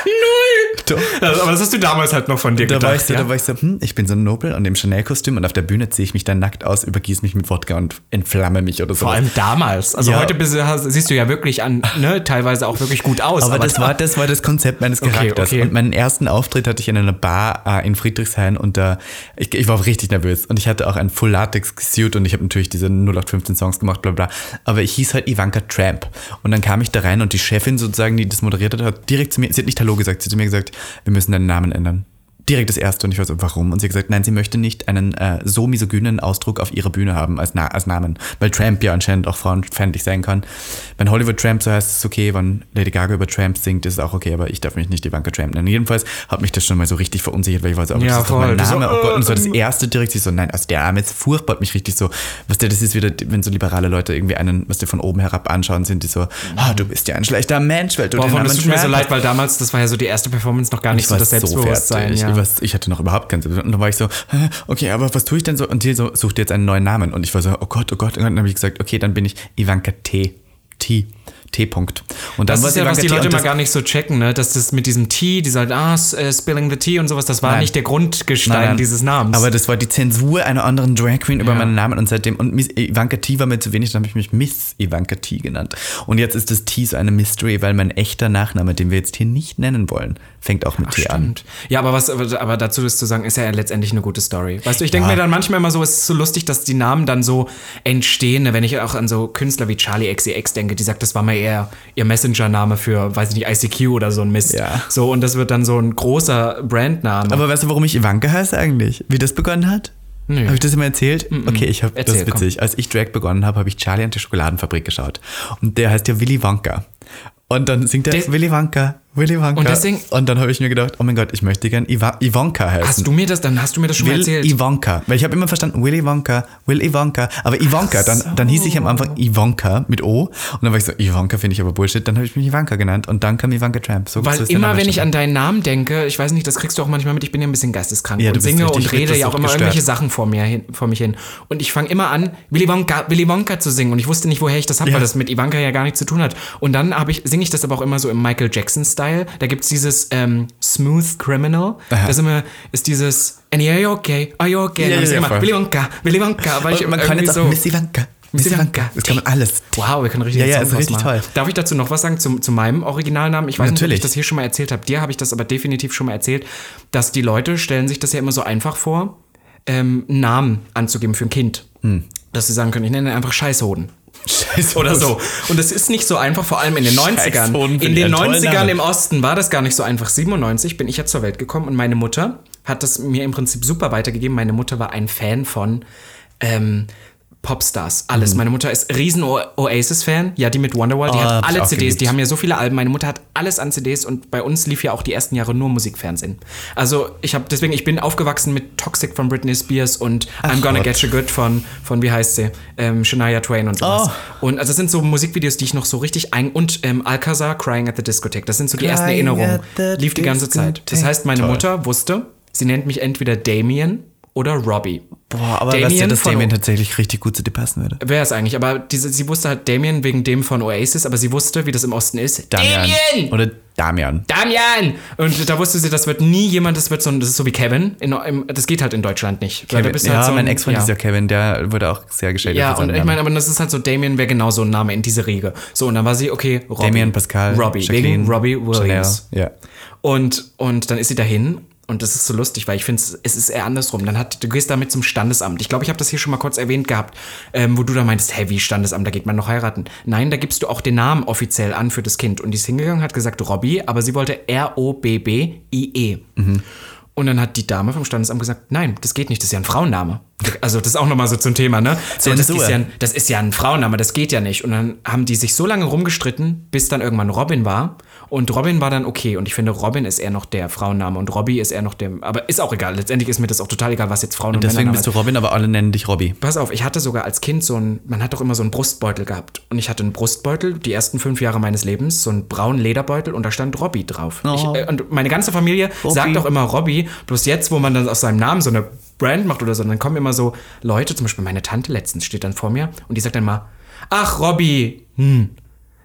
Null!
Das- aber das hast du damals halt noch von dir
Da
gedacht.
war ich so,
ja?
da war ich so, hm, ich bin so ein Nobel und im Chanel-Kostüm und auf der Bühne ziehe ich mich dann nackt aus, übergieße mich mit Wodka und entflamme mich oder so.
vor allem damals. Also
Ja.
heute bist, du- hast, siehst du ja wirklich an, ne, teilweise auch wirklich gut aus.
Aber, das,
da-
war, das war das Konzept meines Charakters.
okay.
Und meinen ersten Auftritt hatte ich in einer Bar äh, in Friedrichshain und da, ich, ich war auch richtig nervös. Und ich hatte auch ein Full-Latex-Suit und ich habe natürlich diese 0815-Songs gemacht, bla bla. Aber ich hieß halt Ivanka Tramp. Und dann kam ich da rein und die Chefin sozusagen, die das moderiert hat, hat direkt zu mir, sie hat nicht Hallo gesagt, sie hat zu mir gesagt, wir müssen deinen Namen ändern. Direkt das erste und ich war so, warum? Und sie hat gesagt, nein, sie möchte nicht einen äh, so misogynen Ausdruck auf ihrer Bühne haben als, Na als Namen, weil Tramp ja anscheinend auch frauenfeindlich sein kann. Wenn Hollywood Tramp so heißt, ist es okay, wenn Lady Gaga über Tramps singt, ist es auch okay, aber ich darf mich nicht Ivanka Tramp nennen. Jedenfalls hat mich das schon mal so richtig verunsichert, weil ich war so, aber
Ja,
das ist doch mein
voll. Das
Name,
ist so,
oh Gott, und so
äh,
das erste direkt, sie so, nein, also der Name ist furchtbar, hat mich richtig so, was der, das ist wieder, wenn so liberale Leute irgendwie einen, was die von oben herab anschauen, sind die so, ah, du bist ja ein schlechter Mensch, weil du
Boah,
den
von,
Namen
das tut mir so
Tramp
leid, weil damals, das war ja so die erste Performance, noch gar nicht
ich
so
war
das Selbstbewusstsein.
So fertig.
ja.
ich, war, ich hatte noch überhaupt kein Selbstbewusstsein. Und dann war ich so, hä, okay, aber was tue ich denn so? Und die so, sucht jetzt einen neuen Namen. Und ich war so, oh Gott, oh Gott. Und dann habe ich gesagt, okay, dann bin ich Ivanka T. T. T. Punkt. Und dann
Das
war
ist
es
ja, was die
T.
Leute
Und
immer
das-
gar nicht so checken, ne? dass das mit diesem Tea, dieser ah, s- äh, Spilling the Tea und sowas, das war
Nein.
nicht der Grundgestein
Nein, nein.
dieses Namens.
Aber das war die Zensur einer anderen Drag Queen über
Ja.
meinen Namen und seitdem, und Miss Ivanka T war mir zu wenig, dann habe ich mich Miss Ivanka T genannt. Und jetzt ist das T so eine Mystery, weil mein echter Nachname, den wir jetzt hier nicht nennen wollen, fängt auch mit T an.
Stimmt. Ja, aber was, aber aber dazu ist zu sagen, ist ja letztendlich eine gute Story. Weißt du, ich denke
Ja.
mir dann manchmal immer so, es ist so lustig, dass die Namen dann so entstehen, ne? wenn ich auch an so Künstler wie Charlie XCX denke, die sagt, das war mal eher ihr Messenger-Name für, weiß ich nicht, ICQ oder so ein Mist.
Ja.
So, und das wird dann so ein großer Brandname.
Aber weißt du, warum ich Ivanka heiße eigentlich? Wie das begonnen hat?
Nö.
Habe ich das immer erzählt? Okay, ich habe das
Erzähl,
ist witzig. Als ich Drag begonnen habe, habe ich Charlie und die Schokoladenfabrik geschaut. Und der heißt ja Willy Wonka. Und dann singt er
Des-
Willy Wonka, Willy Wonka.
Und deswegen-
und dann habe ich mir gedacht, oh mein Gott, ich möchte gern Iva Ivanka heißen.
hast du mir das, dann hast du mir das schon mal
Will
erzählt.
Ivanka. Weil ich habe immer verstanden, Willy Wonka, Will Ivanka. Aber Ivanka, dann, dann hieß ich am Anfang Ivanka mit O. Und dann war ich so, Ivanka finde ich aber Bullshit. Dann habe ich mich Ivanka genannt. Und dann kam Ivanka Tramp. So
Weil
so ist der
immer,
Name
wenn ich
entstanden.
an deinen Namen denke, ich weiß nicht, das kriegst du auch manchmal mit, ich bin ja ein bisschen geisteskrank
Ja, du
und
bist
singe
richtig
und rede ja auch immer
gestört.
irgendwelche Sachen vor mir hin, vor mich hin. Und ich fange immer an, Willy Wonka, Willy Wonka zu singen und ich wusste nicht, woher ich das habe,
Ja.
weil das mit Ivanka ja gar nichts zu tun hat. Und dann habe ich, singe ich das aber auch immer so im Michael Jackson-Style, Style. Da gibt's dieses ähm, Smooth Criminal. Das immer ist dieses And yeah, you okay? Are you okay?
Ja,
und ich
ja,
sag
ja, voll.
immer Willy Wonka, Willy Wonka. Weil ich
Und man kann
irgendwie
jetzt
so
auch Miss Ivanka. Miss Ivanka. Das kann man alles.
Wow, wir können richtig
Ja,
einen
ja,
Song
ist richtig
draus machen.
toll.
Darf ich dazu noch was sagen zum, zu meinem Originalnamen? Ich weiß nicht, ob
Natürlich.
ich das hier schon mal erzählt habe. Dir habe ich das aber definitiv schon mal erzählt, dass die Leute stellen sich das ja immer so einfach vor, ähm, einen Namen anzugeben für ein Kind.
Hm.
Dass sie sagen können, ich nenne ihn einfach Scheißhoden.
Scheiße.
Oder so. Und das ist nicht so einfach, vor allem in den 90ern.
Scheißhoden finde
In
ich
den
einen tollen
90ern
Namen.
im Osten war das gar nicht so einfach. 97 bin ich ja zur Welt gekommen und meine Mutter hat das mir im Prinzip super weitergegeben. Meine Mutter war ein Fan von ähm, Popstars, alles. Meine Mutter ist riesen O- Oasis-Fan. Ja, die mit Wonderwall, die
Oh,
hat
hab ich
alle
auch
CDs, die
geliebt.
haben ja so viele Alben. Meine Mutter hat alles an CDs und bei uns lief ja auch die ersten Jahre nur Musikfernsehen. Also ich habe deswegen, ich bin aufgewachsen mit Toxic von Britney Spears und I'm Gonna
Gott.
Get You Good von, von wie heißt sie? Ähm, Shania Twain und sowas.
Oh.
Und also das sind so Musikvideos, die ich noch so richtig ein und ähm, Alcazar Crying at the Discotheque. Das sind so die ersten
Crying
Erinnerungen.
at the
Lief die ganze Zeit. Das heißt, meine
Toll.
Mutter wusste, sie nennt mich entweder Damien oder Robbie.
Boah, aber
Damien
weißt du, dass
von-
Damien tatsächlich richtig gut zu dir passen würde?
Wer ist eigentlich? Aber diese, sie wusste halt Damien wegen dem von Oasis, aber sie wusste, wie das im Osten ist. Damien!
Oder Damian.
Damian! Und da wusste sie, das wird nie jemand, das wird so ein, das ist so wie Kevin. In, im, das geht halt in Deutschland nicht. Weil da
Kevin.
bist du
ja,
halt so
mein
ein-
Ex-Freund
ja.
dieser Kevin, der wurde auch sehr geschädigt.
Ja,
für seinen
und ich
Namen.
meine, aber das ist halt so, Damien wäre genau so ein Name in diese Riege. So, und dann war sie, okay, Robbie.
Damien Pascal.
Robbie, wegen
Jacqueline,
Robbie Williams.
Chanel, Ja.
Und, und dann ist sie dahin. Und das ist so lustig, weil ich finde, es ist eher andersrum. Dann hat, du gehst damit zum Standesamt. Ich glaube, ich habe das hier schon mal kurz erwähnt gehabt, ähm, wo du da meintest, hey, wie Standesamt, da geht man noch heiraten. Nein, da gibst du auch den Namen offiziell an für das Kind. Und die ist hingegangen, hat gesagt Robby, aber sie wollte R-O-B-B-I-E. E. Und dann hat die Dame vom Standesamt gesagt, nein, das geht nicht, das ist ja ein Frauenname. Also das ist auch nochmal so zum Thema, ne? So, das,
Zensur.
ist ja ein, das ist ja ein Frauenname, das geht ja nicht. Und dann haben die sich so lange rumgestritten, bis dann irgendwann Robin war. Und Robin war dann okay. Und ich finde, Robin ist eher noch der Frauenname und Robbie ist eher noch der, aber ist auch egal. Letztendlich ist mir das auch total egal, was jetzt Frauen und
Deswegen
Männer
bist du Robin, aber alle nennen dich Robby.
Pass auf, ich hatte sogar als Kind so ein, man hat doch immer so einen Brustbeutel gehabt. Und ich hatte einen Brustbeutel, die ersten fünf Jahre meines Lebens, so einen braunen Lederbeutel und da stand Robby drauf.
Oh.
Ich, äh, und meine ganze Familie sagt auch immer Robby, bloß jetzt, wo man dann aus seinem Namen so eine Brand macht oder so, dann kommen immer so Leute, zum Beispiel meine Tante letztens steht dann vor mir und die sagt dann mal, ach Robby, hm.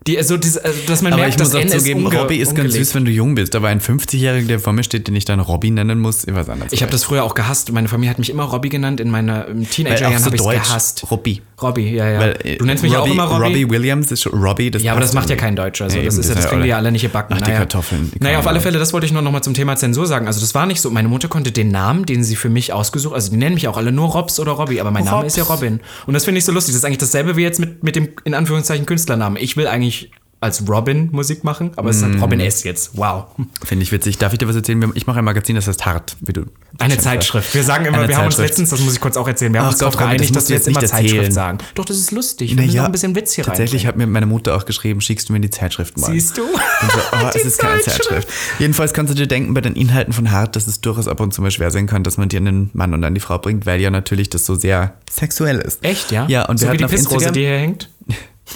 Die, also, diese, also, dass man
Aber
merkt,
ich muss
das
auch
N
zugeben,
ist unge-
Robby ist ganz
ungelegt.
süß, wenn du jung bist, aber ein 50-Jähriger, der vor mir steht, den ich dann Robby nennen muss, ist was anderes.
Ich habe das früher auch gehasst. Meine Familie hat mich immer Robby genannt. In meinen
auch
Teenagerjahren
so
habe ich
deutsch,
gehasst.
Robby.
Robby, ja, ja.
Weil,
du nennst mich auch immer Robby.
Robbie Williams ist schon Robbie.
Ja, aber das
passt
macht ja
irgendwie.
kein Deutscher. Also
Nee,
das
eben,
ist ja, das
ist
kriegen wir ja
alle-
alle nicht gebacken.
Ach, die
naja.
Kartoffeln, die
Naja,
kann
auf
man
alle
ja.
Fälle, das wollte ich noch, noch mal zum Thema Zensur sagen. Also das war nicht so. Meine Mutter konnte den Namen, den sie für mich ausgesucht, also die nennen mich auch alle nur Robs oder Robby, aber mein Name ist ja
Robs.
Robin. Und das finde ich so lustig. Das ist eigentlich dasselbe wie jetzt mit, mit dem, in Anführungszeichen, Künstlernamen. Ich will eigentlich als Robin Musik machen, aber es ist
Mm.
halt Robin S jetzt. Wow.
Finde ich witzig. Darf ich dir was erzählen? Wir- Ich mache ein Magazin, das heißt Hart, wie du.
Eine Zeitschrift. Wir sagen immer,
Eine
wir haben uns
Zeitschrift.
letztens, das muss ich kurz auch erzählen, wir haben
Ach
uns
Gott,
darauf
Robin, das
geeinigt, dass
musst du
wir jetzt
jetzt
immer
nicht
Zeitschrift
erzählen.
sagen. Doch, das ist lustig. Wir
Na
müssen
ja,
noch ein bisschen Witz hier
Tatsächlich
rein.
hat mir meine Mutter auch geschrieben, schickst du mir die Zeitschrift mal.
Siehst du?
Und so, oh,
(laughs)
es
Die
ist keine
Zeitschrift.
Zeitschrift. Jedenfalls kannst du dir denken, bei den Inhalten von Hart, dass es durchaus ab und zu mal schwer sein kann, dass man dir einen Mann und dann die Frau bringt, weil ja natürlich das so sehr sexuell ist.
Echt, ja?
Ja, und
so
wir
wie
hatten
die
auf
Pissrose,
Instagram...
die hier hängt?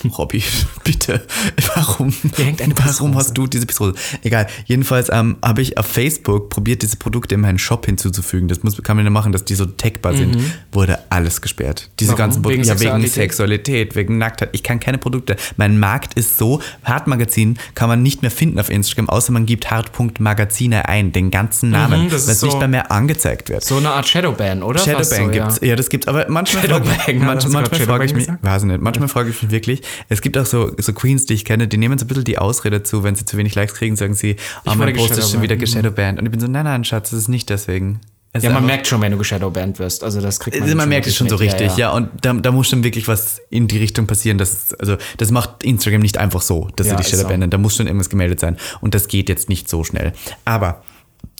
(laughs) Robby, bitte, warum?
Hier hängt eine
warum
Pissrose.
hast du diese Pissrose? Egal, jedenfalls ähm, habe ich auf Facebook probiert, diese Produkte in meinen Shop hinzuzufügen. Das muss, kann man ja machen, dass die so tagbar sind. Wurde alles gesperrt. Diese
Mhm. Warum?
ganzen
Wegen
Produkte. Ja, wegen
Sexualität?
Sexualität, wegen Nacktheit. Ich kann keine Produkte. Mein Markt ist so, Hartmagazin kann man nicht mehr finden auf Instagram, außer man gibt hart.magazine ein, den ganzen Namen,
Mhm, das ist
was nicht
so-
mehr, mehr angezeigt wird.
So eine Art Shadowban, oder?
Shadowban
Fast so,
gibt's. Ja. das gibt's. Aber manchmal,
Shadowban,
frage ich-
ja, hast
manch,
du
manchmal
gerade
frage ich
Shadowban
mich,
gesagt?
weiß ich nicht, manchmal frage ich mich wirklich. Es gibt auch so, so Queens, die ich kenne, die nehmen so ein bisschen die Ausrede zu, wenn sie zu wenig Likes kriegen, sagen sie, oh,
wurde
mein Post ist schon
geshadowbannt.
wieder geshadowbanned. Und ich bin so, nein, nein, Schatz, das ist nicht deswegen. Es
Ja,
ist
man
einfach-
merkt schon, wenn du geshadowbanned wirst. Also das kriegt man
Äh, man merkt es
wirklich
schon so
mit.
richtig, ja, Und da, da muss schon wirklich was in die Richtung passieren. Das ist, also, das macht Instagram nicht einfach so, dass
Ja,
sie die
ist
Stelle
so.
beenden. Da muss schon irgendwas gemeldet sein. Und das geht jetzt nicht so schnell. Aber,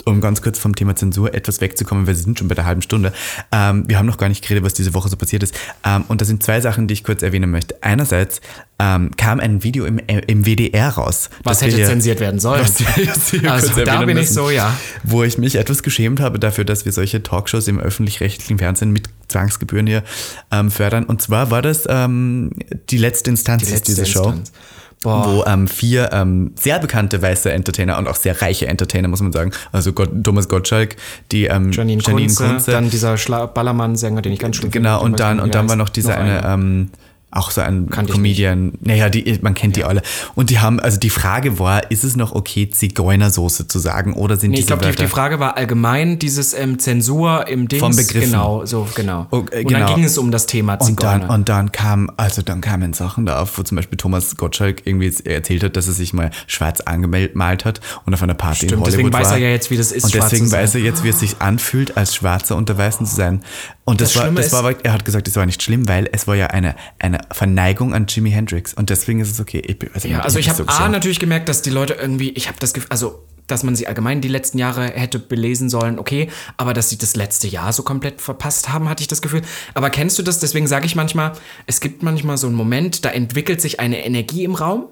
um ganz kurz vom Thema Zensur etwas wegzukommen, weil wir sind schon bei der halben Stunde. Ähm, wir haben noch gar nicht geredet, was diese Woche so passiert ist. Ähm, und da sind zwei Sachen, die ich kurz erwähnen möchte. Einerseits ähm, kam ein Video im, äh, im WDR raus.
Was
das wir
hätte
hier-
zensiert werden sollen?
was wir jetzt hier
Also,
kurz
da
erwähnen
bin ich
müssen.
so, ja.
Wo ich mich etwas geschämt habe dafür, dass wir solche Talkshows im öffentlich-rechtlichen Fernsehen mit Zwangsgebühren hier ähm, fördern. Und zwar war das ähm, die letzte Instanz, ist diese
Instanz. Oh.
Show.
Boah.
Wo ähm, vier ähm, sehr bekannte weiße Entertainer und auch sehr reiche Entertainer, muss man sagen. Also Gott, Thomas Gottschalk, die ähm,
Janine, Janine Kunze,
Kunze,
dann dieser Schla- Ballermann-Sänger, den ich ganz schön
Genau, und dann, und dann war noch dieser eine ähm, Auch so ein
Kannte ich
Comedian. Naja, die, man kennt die alle. Und die haben, also die Frage war, ist es noch okay, Zigeunersoße zu sagen oder sind
Nee, ich
diese
glaube, die,
Wörter?
die Frage war allgemein dieses ähm, Zensur im Dings.
Von Begriffen.
Genau, so, genau.
Okay,
Und
genau.
dann ging es um das Thema
Und
Zigeuner.
dann, und dann kam, also dann kamen Sachen da auf, wo zum Beispiel Thomas Gottschalk irgendwie erzählt hat, dass er sich mal schwarz angemalt hat und auf einer Party in
Stimmt,
Hollywood
deswegen
war.
weiß er ja jetzt, wie das ist,
Und
schwarz
deswegen
zu sein.
weiß er jetzt, wie es sich anfühlt, als Schwarzer unter Weißen zu sein. Und das,
Das
war,
Schlimme
das
ist-
war, aber- er hat gesagt, das war nicht schlimm, weil es war ja eine, eine Verneigung an Jimi Hendrix. Und deswegen ist es okay. Ich bin-
Ja, also ich
bin
habe
so
A
gesehen.
natürlich gemerkt, dass die Leute irgendwie, ich habe das Gefühl, also dass man sie allgemein die letzten Jahre hätte belesen sollen, okay, aber dass sie das letzte Jahr so komplett verpasst haben, hatte ich das Gefühl. Aber kennst du das? Deswegen sage ich manchmal, es gibt manchmal so einen Moment, da entwickelt sich eine Energie im Raum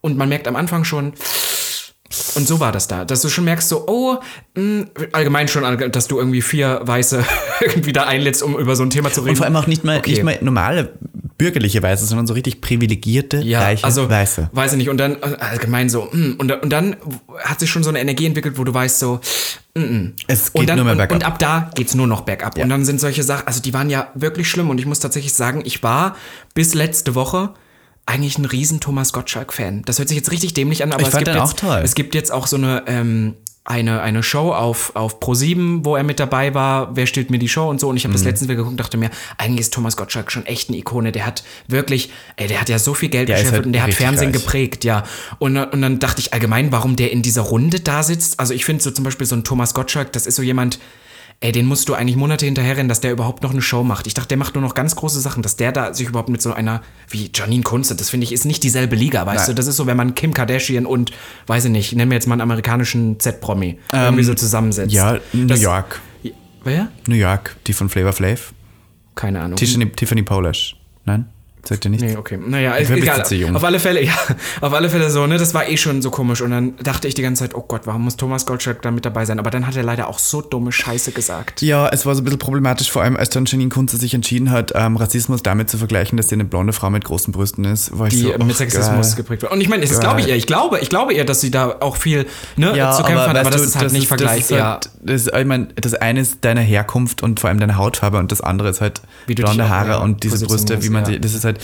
und man merkt am Anfang schon, und so war das da, dass du schon merkst, so, oh, mh, allgemein schon, allge- dass du irgendwie vier Weiße (laughs) irgendwie da einlädst, um über so ein Thema zu reden.
Und vor allem auch nicht mal,
Okay.
nicht mal normale bürgerliche Weiße, sondern so richtig privilegierte, reiche Weiße.
also Weiß ich nicht. Und dann äh, allgemein so, mm, und, und dann hat sich schon so eine Energie entwickelt, wo du weißt, so, mm, mm.
Es
und
geht
dann,
nur mehr
und,
bergab.
Und ab da geht's nur noch bergab. Und dann sind solche Sachen, also die waren ja wirklich schlimm. Und ich muss tatsächlich sagen, ich war bis letzte Woche eigentlich ein riesen Thomas Gottschalk-Fan. Das hört sich jetzt richtig dämlich an, aber
Ich
es,
fand
gibt
den
jetzt,
auch toll.
es gibt jetzt auch so eine, ähm, eine, eine Show auf, auf Pro7, wo er mit dabei war, wer stellt mir die Show und so. Und ich habe
Mhm.
das letztens wieder geguckt und dachte mir, eigentlich ist Thomas Gottschalk schon echt eine Ikone. Der hat wirklich, ey, der hat ja so viel Geld
Der ist
geschäffelt
halt
und der hat
richtig
Fernsehen
reich.
geprägt, ja. Und, und dann dachte ich allgemein, warum der in dieser Runde da sitzt. Also ich finde so zum Beispiel so ein Thomas Gottschalk, das ist so jemand, ey, den musst du eigentlich Monate hinterherrennen, dass der überhaupt noch eine Show macht. Ich dachte, der macht nur noch ganz große Sachen, dass der da sich überhaupt mit so einer wie Janine Kunze, das finde ich, ist nicht dieselbe Liga, weißt
Nein.
du? Das ist so, wenn man Kim Kardashian und, weiß ich nicht, nennen wir jetzt mal einen amerikanischen Z-Promi, irgendwie so zusammensetzt.
Ähm, Ja, New
Das-
York.
Wer?
New York, die von Flavor Flav.
Keine Ahnung.
Tiffany, Tiffany Polish. Nein? Sagt ihr nichts?
Nee, okay. Naja, ist
bin ein bisschen
egal.
zu jung.
Auf alle Fälle, (laughs) ja. Auf alle Fälle so, ne? Das war eh schon so komisch. Und dann dachte ich die ganze Zeit, oh Gott, warum muss Thomas Goldschlag da mit dabei sein? Aber dann hat er leider auch so dumme Scheiße gesagt.
Ja, es war so ein bisschen problematisch, vor allem als dann Janine Kunze sich entschieden hat, ähm, Rassismus damit zu vergleichen, dass sie eine blonde Frau mit großen Brüsten ist. War ich
Die
so,
mit
ach,
Sexismus
geil.
geprägt wird. Und ich meine, das
Geil.
glaube ich ihr. Ich glaube, ich glaube ihr, dass sie da auch viel ne, zu kämpfen hat, aber
weißt
das
du,
ist halt nicht
Das, ist
vergleichbar.
halt, das, ist- ich meine, das eine ist deine Herkunft und vor allem deine Hautfarbe und das andere ist halt
Wie du
blonde
dich auch,
Haare
ja,
und diese Brüste, wie man
positionierst,
sie,
ja.
das ist halt,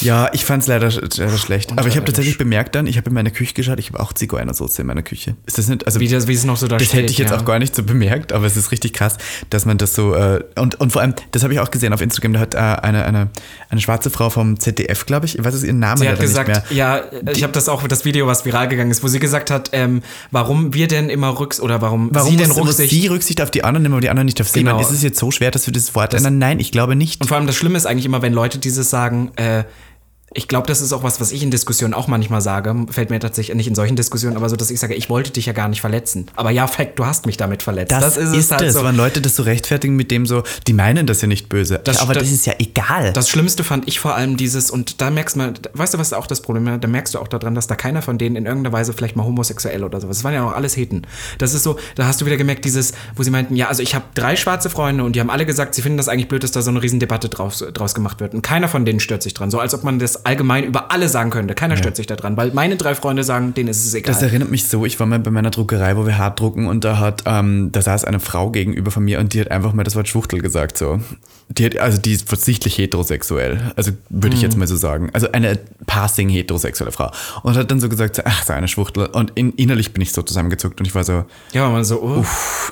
ja, ich fand's leider, sch- leider schlecht. Aber ich habe
Unterirdisch.
tatsächlich bemerkt dann, ich habe in meine Küche geschaut, ich habe auch Zigeunersoße in meiner Küche. Ist das nicht, also
Wie, das, wie es noch so da
Das
steht.
hätte ich jetzt
ja.
auch gar nicht so bemerkt, aber es ist richtig krass, dass man das so äh, und, und vor allem, das habe ich auch gesehen auf Instagram, da hat äh, eine, eine, eine schwarze Frau vom ZDF, glaube ich, ich weiß es ihren Namen
Sie hat
leider
gesagt,
nicht
ja, ich habe das auch, das Video, was viral gegangen ist, wo sie gesagt hat, ähm, warum wir denn immer Rücks oder warum,
Warum
sie denn
muss, muss
Rücksicht
sie Rücksicht auf die anderen nehmen, aber die anderen nicht auf sie?
Genau.
Man, ist es jetzt so schwer, dass wir das Wort ändern? Nein, ich glaube nicht.
Und vor allem das Schlimme ist eigentlich immer, wenn Leute dieses sagen, äh, ich glaube, das ist auch was, was ich in Diskussionen auch manchmal sage. Fällt mir tatsächlich nicht in solchen Diskussionen, aber so, dass ich sage, ich wollte dich ja gar nicht verletzen. Aber ja, Fact, du hast mich damit verletzt.
das, ist es, halt so. wenn Leute das so rechtfertigen mit dem so, die meinen das ja nicht böse.
Das-
ja, aber
das-
das, ist ja egal.
Das Schlimmste fand ich vor allem dieses, und da merkst man, weißt du, was auch das Problem ist? Da merkst du auch daran, dass da keiner von denen in irgendeiner Weise vielleicht mal homosexuell oder sowas. Das waren ja auch alles Heten. Das ist so, da hast du wieder gemerkt, dieses, wo sie meinten, ja, also ich habe drei schwarze Freunde und die haben alle gesagt, sie finden das eigentlich blöd, dass da so eine Riesendebatte draus, draus gemacht wird. Und keiner von denen stört sich dran. So als ob man das allgemein über alle sagen könnte. Keiner stört sich daran, weil meine drei Freunde sagen, denen ist es egal.
Das erinnert mich so, ich war mal bei meiner Druckerei, wo wir hart drucken und da hat, ähm, da saß eine Frau gegenüber von mir und die hat einfach mal das Wort Schwuchtel gesagt, so. Die hat, also die ist verzichtlich heterosexuell, also würde ich
Mhm.
jetzt mal so sagen. Also eine passing heterosexuelle Frau. Und hat dann so gesagt, so, ach, so eine Schwuchtel. Und in, innerlich bin ich so zusammengezuckt und ich war so,
ja, man so, oh.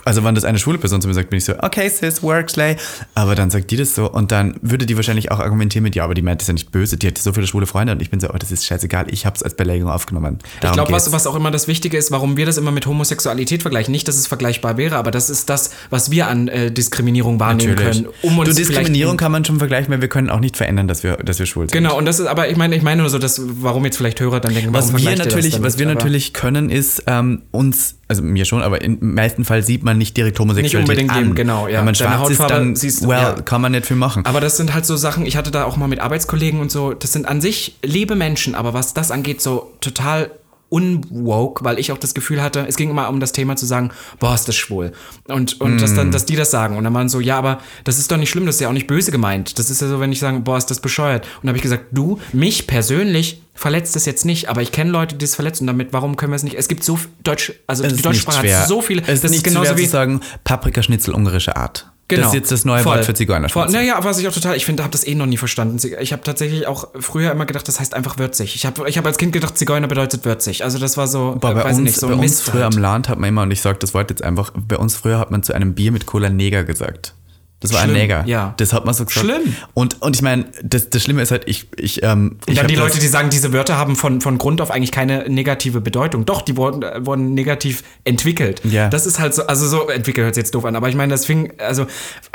also wenn das eine schwule Person zu mir sagt, bin ich so, okay, sis, work, slay. Aber dann sagt die das so und dann würde die wahrscheinlich auch argumentieren mit, ja, aber die meint das ja nicht böse, die hat so viele schwule Freunde und ich bin so, oh, das ist scheißegal, ich hab's als Beleidigung aufgenommen.
Ich
Darum
glaube,
geht's.
was, was auch immer das Wichtige ist, warum wir das immer mit Homosexualität vergleichen. Nicht, dass es vergleichbar wäre, aber das ist das, was wir an äh, Diskriminierung wahrnehmen
Natürlich.
können. Um uns
du,
vielleicht-
Diskriminierung kann man schon vergleichen, weil wir können auch nicht verändern, dass wir, dass wir schwul sind.
Genau, und das ist, aber ich meine, ich meine nur so, dass, warum jetzt vielleicht Hörer dann denken, warum
Was wir,
vergleicht ihr das
natürlich,
damit?
was wir
Aber
natürlich können, ist ähm, uns, also mir schon, aber im meisten Fall sieht man nicht direkt Homosexualität
Nicht unbedingt
an.
eben, genau, ja.
Wenn man
Deine
schwarz ist,
Hautfarbe
dann
siehst du,
well,
ja.
kann man nicht viel machen.
Aber das sind halt so Sachen, ich hatte da auch mal mit Arbeitskollegen und so, das sind an sich liebe Menschen, aber was das angeht, so total unwoke, weil ich auch das Gefühl hatte, es ging immer um das Thema zu sagen, boah, ist das schwul. Und, und dass
Hm.
dann, dass die das sagen. Und dann waren so, ja, aber das ist doch nicht schlimm, das ist ja auch nicht böse gemeint. Das ist ja so, wenn ich sage, boah, ist das bescheuert. Und da habe ich gesagt, du, mich persönlich verletzt es jetzt nicht, aber ich kenne Leute, die es verletzen und damit, warum können wir es nicht? Es gibt so viel Deutsch, also
es
die
ist nicht
Deutschsprache
schwer.
hat so viele,
Es ist
das
nicht
ist genauso
schwer
wie
zu sagen, Paprikaschnitzel ungarischer Art. Das ist jetzt das neue Wort für Zigeunerschnitzel.
Genau. Voll. Naja, was ich auch total, ich finde, habe das eh noch nie verstanden. Zig- Ich habe tatsächlich auch früher immer gedacht, das heißt einfach würzig. Ich habe ich hab als Kind gedacht, Zigeuner bedeutet würzig. Also das war so,
Boah,
äh,
bei
weiß
uns,
nicht, so
bei
ein
uns
Mist. halt.
früher am Land hat man immer, und ich sage das Wort jetzt einfach, bei uns früher hat man zu einem Bier mit Cola Neger gesagt. Das war ein
Schlimm,
Neger.
ja.
Das hat man so gesagt.
Schlimm.
Und, und ich meine, das, das Schlimme ist halt, ich. ich, ähm,
Und
ich
dann
hab
die
das-
Leute, die sagen, diese Wörter haben von, von Grund auf eigentlich keine negative Bedeutung. Doch, die wurden, äh, wurden negativ entwickelt.
Ja.
Das ist halt so, also so entwickelt hört sich jetzt doof an, aber ich meine, das fing, also,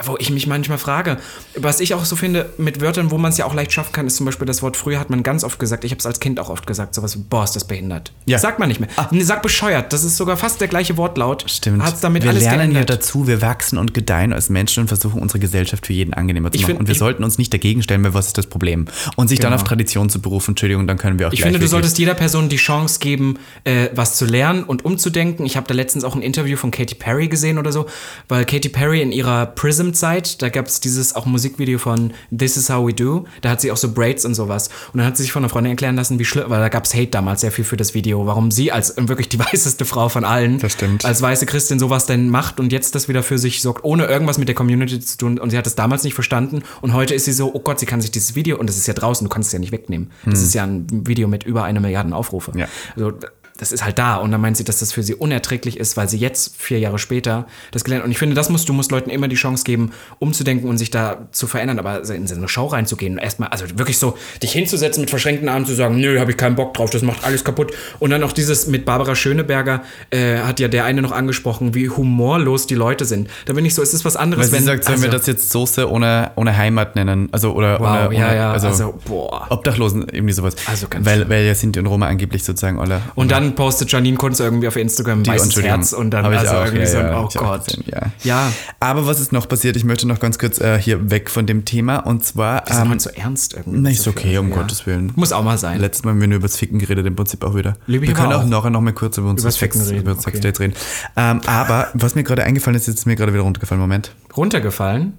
wo ich mich manchmal frage, was ich auch so finde, mit Wörtern, wo man es ja auch leicht schaffen kann, ist zum Beispiel das Wort früher hat man ganz oft gesagt, ich habe es als Kind auch oft gesagt, sowas wie, boah, ist das behindert.
Ja. Ah.
Sagt man nicht mehr. Nee, Sagt bescheuert, das ist sogar fast der gleiche Wortlaut.
Stimmt.
Hat's damit
wir
alles
lernen ja
geändert.
dazu, wir wachsen und gedeihen als Menschen und versuchen unsere Gesellschaft für jeden angenehmer zu
Ich
machen.
find-
und wir
ich- Genau.
sollten uns nicht dagegen stellen, weil was ist das Problem? Und sich dann auf Tradition zu berufen, Entschuldigung, dann können wir auch
Ich
gleich
finde, du
wirklich-
solltest jeder Person die Chance geben, äh, was zu lernen und umzudenken. Ich habe da letztens auch ein Interview von Katy Perry gesehen oder so, weil Katy Perry in ihrer Prism-Zeit, da gab es dieses auch Musikvideo von This Is How We Do, da hat sie auch so Braids und sowas. Und dann hat sie sich von einer Freundin erklären lassen, wie schlimm, weil da gab es Hate damals sehr viel für das Video, warum sie als wirklich die (laughs) weißeste Frau von allen, also
Das stimmt.
als weiße Christin sowas denn macht und jetzt das wieder für sich sorgt, ohne irgendwas mit der Community zu tun. Und sie hat das damals nicht verstanden. Und heute ist sie so, oh Gott, sie kann sich dieses Video, und das ist ja draußen, du kannst es ja nicht wegnehmen. Das ist ja ein Video mit über eine Milliarde Aufrufe.
Ja.
Also, das ist halt da. Und dann meint sie, dass das für sie unerträglich ist, weil sie jetzt, vier Jahre später, das gelernt Und ich finde, das musst, du musst Leuten immer die Chance geben, umzudenken und sich da zu verändern. Aber in so eine Show reinzugehen und erstmal, also wirklich so, dich hinzusetzen mit verschränkten Armen zu sagen, nö, habe ich keinen Bock drauf, das macht alles kaputt. Und dann auch dieses mit Barbara Schöneberger, äh, hat ja der eine noch angesprochen, wie humorlos die Leute sind. Da bin ich so, es ist was anderes,
Weil sie sagt, sollen wir das jetzt Soße ohne, ohne Heimat nennen? Also, oder
also- Wow,
ohne,
ja,
ohne
ja,
also,
also, boah.
Obdachlosen, irgendwie sowas.
Also ganz
weil,
schlimm.
weil ja Sinti und Roma angeblich sozusagen alle.
Und dann postet Janine Kunz irgendwie auf Instagram ein weißes
Entschuldigung.
Herz und dann
Hab ich
also
auch,
irgendwie
ja,
so ein,
ja,
oh
hab ich auch
Gott.
gesehen, ja.
ja.
Aber was ist noch passiert? Ich möchte noch ganz kurz äh, hier weg von dem Thema. Und zwar.
Das ist
ähm,
halt so ernst irgendwie.
na, ist
So
okay,
viel,
um Gottes Willen.
Muss auch mal sein.
Letztes Mal haben wir nur über das Ficken geredet, im Prinzip auch wieder.
Liebe
wir
ich
können
aber
auch
auch.
nachher noch mal kurz über unsere
Übers Ficken
Sex,
reden,
über Sex
okay.
Dates reden. Ähm, aber was mir gerade eingefallen ist, ist mir gerade wieder runtergefallen. Moment.
Runtergefallen?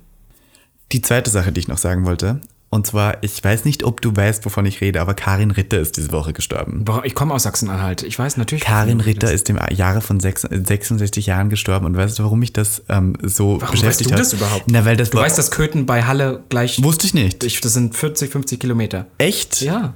Die zweite Sache, die ich noch sagen wollte. Und zwar, ich weiß nicht, ob du weißt, wovon ich rede, aber Karin Ritter ist diese Woche gestorben.
Boah, Ich komme aus Sachsen-Anhalt. Ich weiß natürlich.
Karin Ritter ist im Jahre von sechs- 66 Jahren gestorben. Und weißt du, warum mich das ähm, so
Warum weißt
beschäftigt
du
hat?
das überhaupt?
Na, weil das
Du
war-
weißt, dass Köthen bei Halle gleich.
Wusste ich nicht.
Ich, das sind 40, 50 Kilometer.
Echt?
Ja.